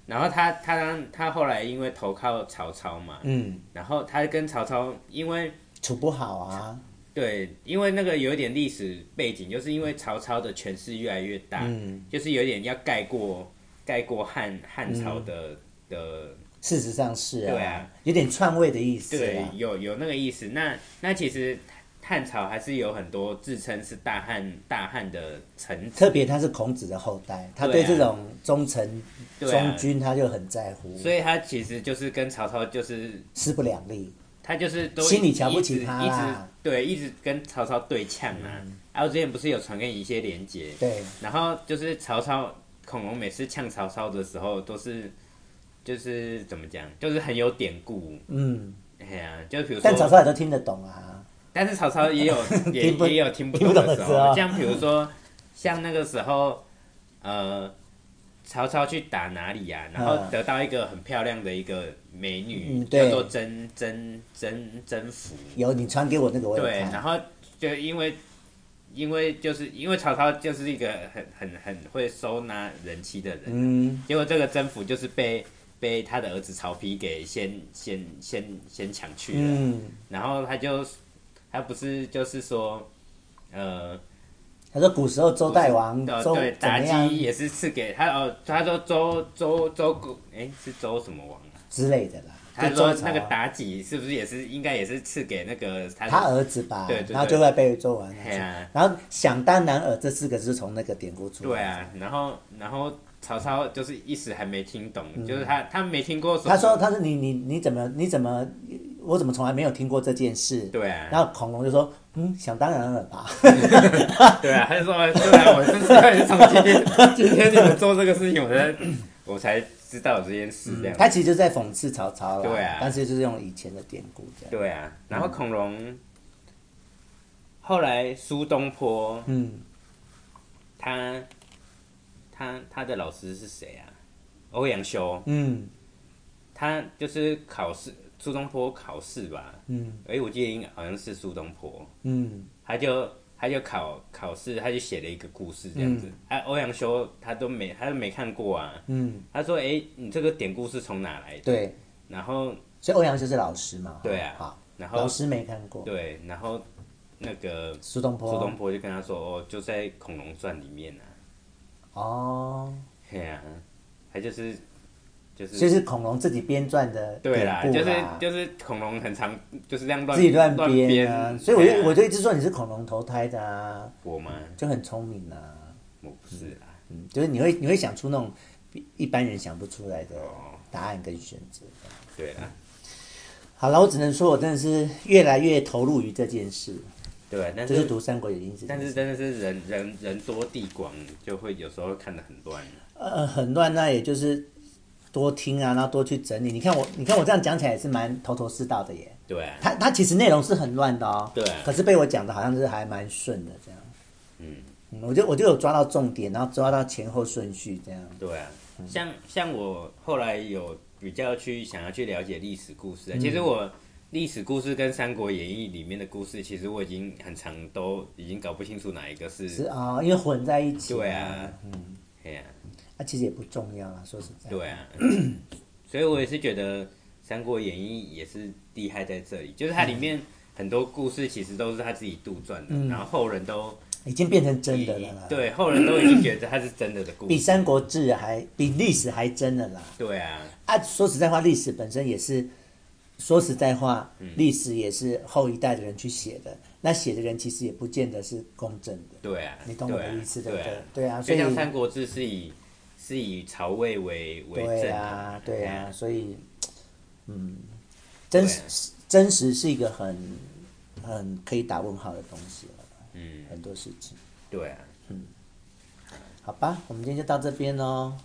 Speaker 2: 然后他他他后来因为投靠曹操嘛，
Speaker 1: 嗯，
Speaker 2: 然后他跟曹操因为
Speaker 1: 处不好啊，
Speaker 2: 对，因为那个有一点历史背景，就是因为曹操的权势越来越大，
Speaker 1: 嗯，
Speaker 2: 就是有点要盖过盖过汉汉朝的、的
Speaker 1: 事实上是嗯啊，
Speaker 2: 对啊
Speaker 1: 有点篡位的意思
Speaker 2: 对
Speaker 1: 啊，，
Speaker 2: 有有那个意思。那那其实汉朝还是有很多自称是大汉大汉的臣子，
Speaker 1: 特别他是孔子的后代，他对
Speaker 2: 对啊
Speaker 1: 这种忠臣、
Speaker 2: 对啊
Speaker 1: 忠君他就很在乎，
Speaker 2: 所以他其实就是跟曹操就是
Speaker 1: 势不两立。
Speaker 2: 他就是都
Speaker 1: 心里瞧不
Speaker 2: 一直
Speaker 1: 起他
Speaker 2: 一直
Speaker 1: 啦嗯
Speaker 2: 对一直跟曹操对呛啊。啊，我之前不是有传给你一些连接，
Speaker 1: 对，
Speaker 2: 然后就是曹操孔融每次呛曹操的时候都是。就是怎么讲，就是很有典故，
Speaker 1: 嗯，
Speaker 2: 哎呀、就比如说，
Speaker 1: 但曹操也都听得懂啊，
Speaker 2: 但是曹操也
Speaker 1: [laughs]
Speaker 2: 有也
Speaker 1: 听不
Speaker 2: 也有听不
Speaker 1: 听不
Speaker 2: 懂
Speaker 1: 懂
Speaker 2: 的
Speaker 1: 的
Speaker 2: 时
Speaker 1: 时候
Speaker 2: 候，像比如说像那个时候，呃，曹操去打哪里呀、然后
Speaker 1: 嗯
Speaker 2: 得到一个很漂亮的一个美女，
Speaker 1: 嗯对
Speaker 2: 叫做甄甄甄甄宓，
Speaker 1: 有你传给我那个我有
Speaker 2: 对，
Speaker 1: 看
Speaker 2: 然，后就因为因为就是因为曹操就是一个很很很会收纳人妻的人，
Speaker 1: 嗯，
Speaker 2: 结果这个征服就是被被他的儿子曹丕给先先先先抢去了。
Speaker 1: 嗯，
Speaker 2: 然后他就他不是就是说，呃，
Speaker 1: 他说古时候周代王
Speaker 2: 呃
Speaker 1: 周
Speaker 2: 对
Speaker 1: 怎
Speaker 2: 妲
Speaker 1: 么样
Speaker 2: 己也是赐给他哦，他说周周周公哎是周什么王啊？
Speaker 1: 之类的啦，
Speaker 2: 他
Speaker 1: 就
Speaker 2: 说
Speaker 1: 周朝啊
Speaker 2: 那个妲己是不是也是应该也是赐给那个他的
Speaker 1: 他儿子吧，
Speaker 2: 对对对
Speaker 1: 然后就会被周王拿去
Speaker 2: 嘿啊
Speaker 1: 然后想当然尔这四个字从那个典故出来。
Speaker 2: 对啊，然后然后曹操就是一时还没听懂，就是他他没听过什
Speaker 1: 嗯
Speaker 2: 么
Speaker 1: 他说：“他说你你你怎么你怎么我怎么从来没有听过这件事？”、
Speaker 2: 对啊，
Speaker 1: 然后孔融就说：“嗯，想当然了吧。
Speaker 2: 对啊，他就说对啊，我是 [laughs] 对从今天今天你们做这个事情，我才我才知道有这件事这
Speaker 1: [laughs]
Speaker 2: 样”子。
Speaker 1: 嗯他其实就在讽刺曹操了，
Speaker 2: 啊对啊
Speaker 1: 但是就是用以前的典故这样。
Speaker 2: 对啊，然后孔融、后来苏东坡
Speaker 1: 嗯，
Speaker 2: 他他他的老师是谁啊？欧阳修，
Speaker 1: 嗯
Speaker 2: 他就是考试苏东坡考试吧？
Speaker 1: 嗯
Speaker 2: 哎，我记得应该好像是苏东坡，
Speaker 1: 嗯
Speaker 2: 他就他就考考试，他就写了一个故事
Speaker 1: 嗯
Speaker 2: 这样子。啊，欧阳修他都没他都没看过啊。
Speaker 1: 嗯，
Speaker 2: 他说：“哎，你这个典故是从哪来的？”
Speaker 1: 对，
Speaker 2: 然后
Speaker 1: 所以欧阳修是老师嘛？
Speaker 2: 对啊
Speaker 1: 好，
Speaker 2: 然后
Speaker 1: 老师没看过。
Speaker 2: 对，然后那个
Speaker 1: 苏东坡，
Speaker 2: 苏东坡就跟他说：“哦，就在《恐龙传》里面啊。” [laughs]
Speaker 1: 哦，
Speaker 2: 对啊，他就是就是
Speaker 1: 所以是孔融自己编撰的
Speaker 2: 对
Speaker 1: 典
Speaker 2: 啦，
Speaker 1: 故
Speaker 2: 就是
Speaker 1: 啦
Speaker 2: 就是恐龙很常就是这样乱
Speaker 1: 自己乱
Speaker 2: 乱
Speaker 1: 编啊。所以我
Speaker 2: 对
Speaker 1: 就
Speaker 2: 啊
Speaker 1: 我就一直说你是恐龙投胎的啊，
Speaker 2: 我吗？
Speaker 1: 就很聪明啊。
Speaker 2: 我不是啊啦，
Speaker 1: 嗯，就是你会你会想出那种比一般人想不出来的答案跟选择。
Speaker 2: 对啦，
Speaker 1: 好了，我只能说我真的是越来越投入于这件事，
Speaker 2: 对啊，但
Speaker 1: 就是
Speaker 2: 是
Speaker 1: 读《三国演义》这件事。
Speaker 2: 但是真的是人人人多地广，就会有时候看得很乱。
Speaker 1: 呃很乱，那也就是多听啊，然后多去整理。你看我，你看我这样讲起来也是蛮头头是道的耶。
Speaker 2: 对啊，
Speaker 1: 它它其实内容是很乱的哦，
Speaker 2: 对啊
Speaker 1: 可是被我讲的好像是还蛮顺的这样。
Speaker 2: 嗯，
Speaker 1: 嗯，我就我就有抓到重点，然后抓到前后顺序这样。
Speaker 2: 对啊，像像我后来有比较去想要去了解历史故事啊，其实我。历史故事跟《三国演义》里面的故事，其实我已经很常都已经搞不清楚哪一个是。
Speaker 1: 是啊、因为混在一起。嗯
Speaker 2: 对啊，哎呀、
Speaker 1: 那、其实也不重要啦，说实在。
Speaker 2: 对 [clears throat] 啊，所以我也是觉得《三国演义》也是厉害在这里，就是它里面很多故事其实都是他自己杜撰的，然后后人都
Speaker 1: 已经变成真的了啦。，
Speaker 2: 对后人都已经觉得它是真的的故
Speaker 1: 比《
Speaker 2: 事。
Speaker 1: 三国志》还比历史还真的啦。
Speaker 2: 对啊，
Speaker 1: 啊，说实在话，历史本身也是，说实在话，
Speaker 2: 嗯
Speaker 1: 历史也是后一代的人去写的。那写的人其实也不见得是公正的。
Speaker 2: 对啊，
Speaker 1: 你懂我的意思对不对对啊所
Speaker 2: 就
Speaker 1: 以
Speaker 2: 像《三国志》是以是以曹魏为为
Speaker 1: 对
Speaker 2: 正
Speaker 1: 啊
Speaker 2: 的，
Speaker 1: 对
Speaker 2: 哎
Speaker 1: 啊，
Speaker 2: 呀
Speaker 1: 所以，嗯，真实、真实是一个很很可以打问号的东西了，
Speaker 2: 嗯，
Speaker 1: 很多事情。
Speaker 2: 对啊，
Speaker 1: 好吧，我们今天就到这边喽。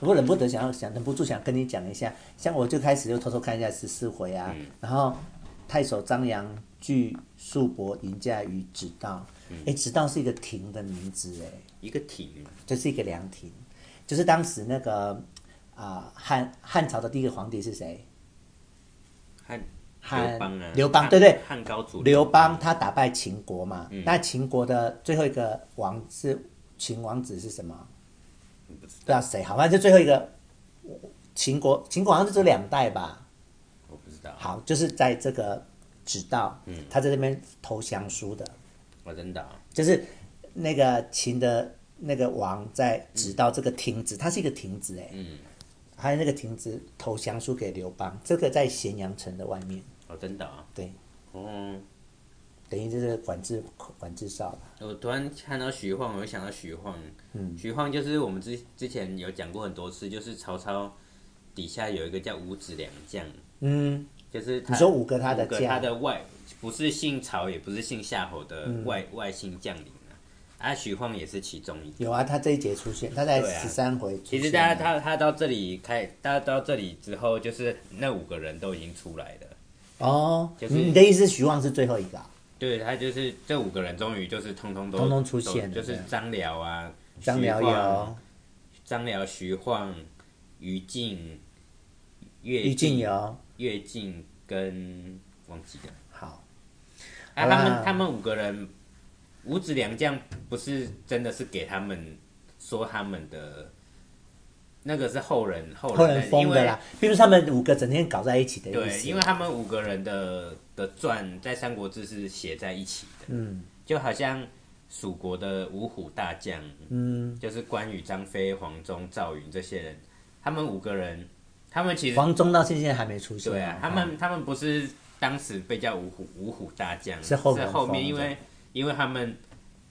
Speaker 1: 如果忍不得想要想忍不住想跟你讲一下，像我就开始又偷偷看一下十四回啊，
Speaker 2: 嗯
Speaker 1: 然后太守张扬据叔伯凌驾于直道，
Speaker 2: 嗯
Speaker 1: 哎、直道是一个亭的名字哎，
Speaker 2: 一个挺
Speaker 1: 这、是一个凉亭，就是当时那个啊、汉汉朝的第一个皇帝是谁？
Speaker 2: 汉
Speaker 1: 汉
Speaker 2: 刘邦啊，
Speaker 1: 刘邦对对，
Speaker 2: 汉高祖
Speaker 1: 刘邦他打败秦国嘛，那秦国的最后一个王是秦王子是什么？嗯不知道谁，好，反正就最后一个秦国，秦国好像就只有两代吧。
Speaker 2: 我不知道，
Speaker 1: 好，就是在这个直道，他在这边投降书的，
Speaker 2: 我真的啊、
Speaker 1: 就是那个秦的那个王在直到这个亭子，它是一个亭子哎，嗯，还有那个亭子投降书给刘邦，这个在咸阳城的外面，
Speaker 2: 我真的啊、
Speaker 1: 对，
Speaker 2: 哦，
Speaker 1: 等于就是管制管制哨吧，
Speaker 2: 我突然看到徐晃，我就想到徐晃。嗯，徐晃就是我们之之前有讲过很多次，就是曹操底下有一个叫五子良将，
Speaker 1: 嗯，
Speaker 2: 就是他
Speaker 1: 你说五个他的
Speaker 2: 五个
Speaker 1: 将
Speaker 2: 他的外不是姓曹，也不是姓夏侯的
Speaker 1: 嗯
Speaker 2: 外、外姓将领啊。啊，徐晃也是其中一个。
Speaker 1: 有啊，他这一节出现，他在
Speaker 2: 对啊
Speaker 1: 十三回出现
Speaker 2: 其
Speaker 1: 啊，
Speaker 2: 实大家他他到这里开，大家到这里之后，就是那五个人都已经出来了。
Speaker 1: 哦，
Speaker 2: 就是
Speaker 1: 你你的意思是徐晃是最后一个啊、
Speaker 2: 对他就是这五个人，终于就是通通都
Speaker 1: 通通出现了
Speaker 2: 都就是张辽啊，
Speaker 1: 张辽
Speaker 2: 徐晃
Speaker 1: 有，
Speaker 2: 张辽、徐晃、于禁、岳
Speaker 1: 于禁有，
Speaker 2: 岳禁跟忘记了。
Speaker 1: 好，
Speaker 2: 啊，
Speaker 1: 好啦
Speaker 2: 他们他们五个人，五子良将不是真的是给他们说他们的，那个是后人后
Speaker 1: 后
Speaker 2: 人
Speaker 1: 人
Speaker 2: 的
Speaker 1: 疯的啦，并不是他们五个整天搞在一起的
Speaker 2: 因
Speaker 1: 意
Speaker 2: 为
Speaker 1: 思。
Speaker 2: 对，因为他们五个人的的传在《三国志》是写在一起的，
Speaker 1: 嗯
Speaker 2: 就好像蜀国的五虎大将，
Speaker 1: 嗯，
Speaker 2: 就是关羽、张飞、黄忠、赵云这些人，他们五个人，他们其实
Speaker 1: 黄忠到现在还没出现啊。
Speaker 2: 对啊，他们他们不是当时被叫五虎五虎大将，
Speaker 1: 是后
Speaker 2: 后
Speaker 1: 面封
Speaker 2: 面，因
Speaker 1: 的
Speaker 2: 为因为他们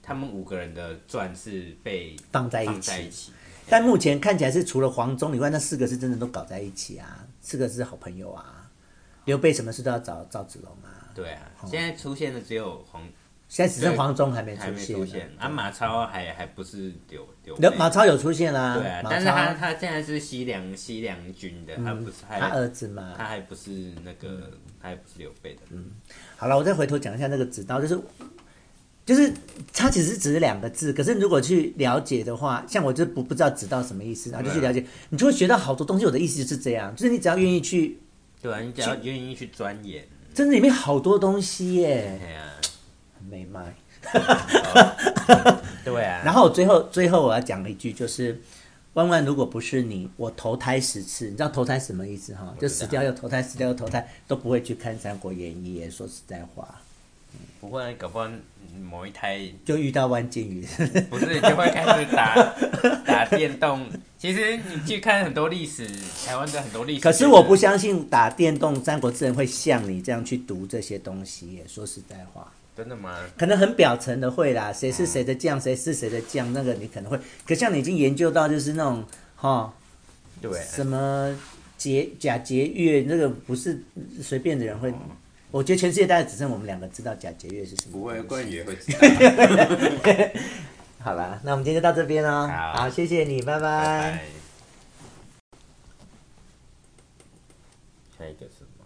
Speaker 2: 他们五个人的传是被
Speaker 1: 放在一
Speaker 2: 放在一
Speaker 1: 起，
Speaker 2: 起，
Speaker 1: 但目前看起来是除了黄忠以外，那四个是真的都搞在一起啊，四个是好朋友啊。刘备什么事都要找赵子龙啊，
Speaker 2: 对啊，现在出现的只有黄
Speaker 1: 现在只剩
Speaker 2: 对
Speaker 1: 黄忠还没
Speaker 2: 还
Speaker 1: 出
Speaker 2: 没
Speaker 1: 现
Speaker 2: 出
Speaker 1: 呢。
Speaker 2: 现，啊，马超还还不是刘刘备
Speaker 1: 刘马超有出现啦、
Speaker 2: 对啊，
Speaker 1: 马
Speaker 2: 但是
Speaker 1: 超嗯
Speaker 2: 他他现在是西凉西凉军的，他不是还
Speaker 1: 他儿子嗯嘛，
Speaker 2: 他还不是那个他还不是刘备的，
Speaker 1: 嗯好了，我再回头讲一下那个指导，就是就是它其实只是两个字，可是如果去了解的话，像我就不不知道指导什么意思，然后就去了解，你就会学到好多东西。我的意思就是这样，就是你只要愿意去，
Speaker 2: 对啊，你只要愿意去钻研，
Speaker 1: 真的里面好多东西耶，
Speaker 2: 哎呀，
Speaker 1: 没卖。
Speaker 2: 对啊，
Speaker 1: 然后我最后最后我要讲一句，就是万万如果不是你，我投胎十次，你知道投胎什么意思哈？就
Speaker 2: 知道
Speaker 1: 死掉又投胎，死掉又投胎，都不会去看《三国演义》。说实在话，
Speaker 2: 不会啊搞不好某一胎
Speaker 1: 就遇到万金鱼，
Speaker 2: 不是，就会开
Speaker 1: [laughs]
Speaker 2: 始打打电动。其实你去看很多历史，台湾的很多历史。
Speaker 1: 可是我不相信打电动《三国志》人会像你这样去读这些东西耶。说实在话，
Speaker 2: 真的吗？
Speaker 1: 可能很表层的会啦，谁是谁的将，谁是谁的将，那个你可能会。可像你已经研究到就是那种哈、
Speaker 2: 对，
Speaker 1: 什么节假节月，那个不是随便的人会。我觉得全世界大概只剩我们两个知道假节月是什么。
Speaker 2: 不会，关羽也会知道。
Speaker 1: [laughs] 好啦，那我们今天就到这边哦。
Speaker 2: 好
Speaker 1: 谢谢你，拜
Speaker 2: 拜。下一个是什么？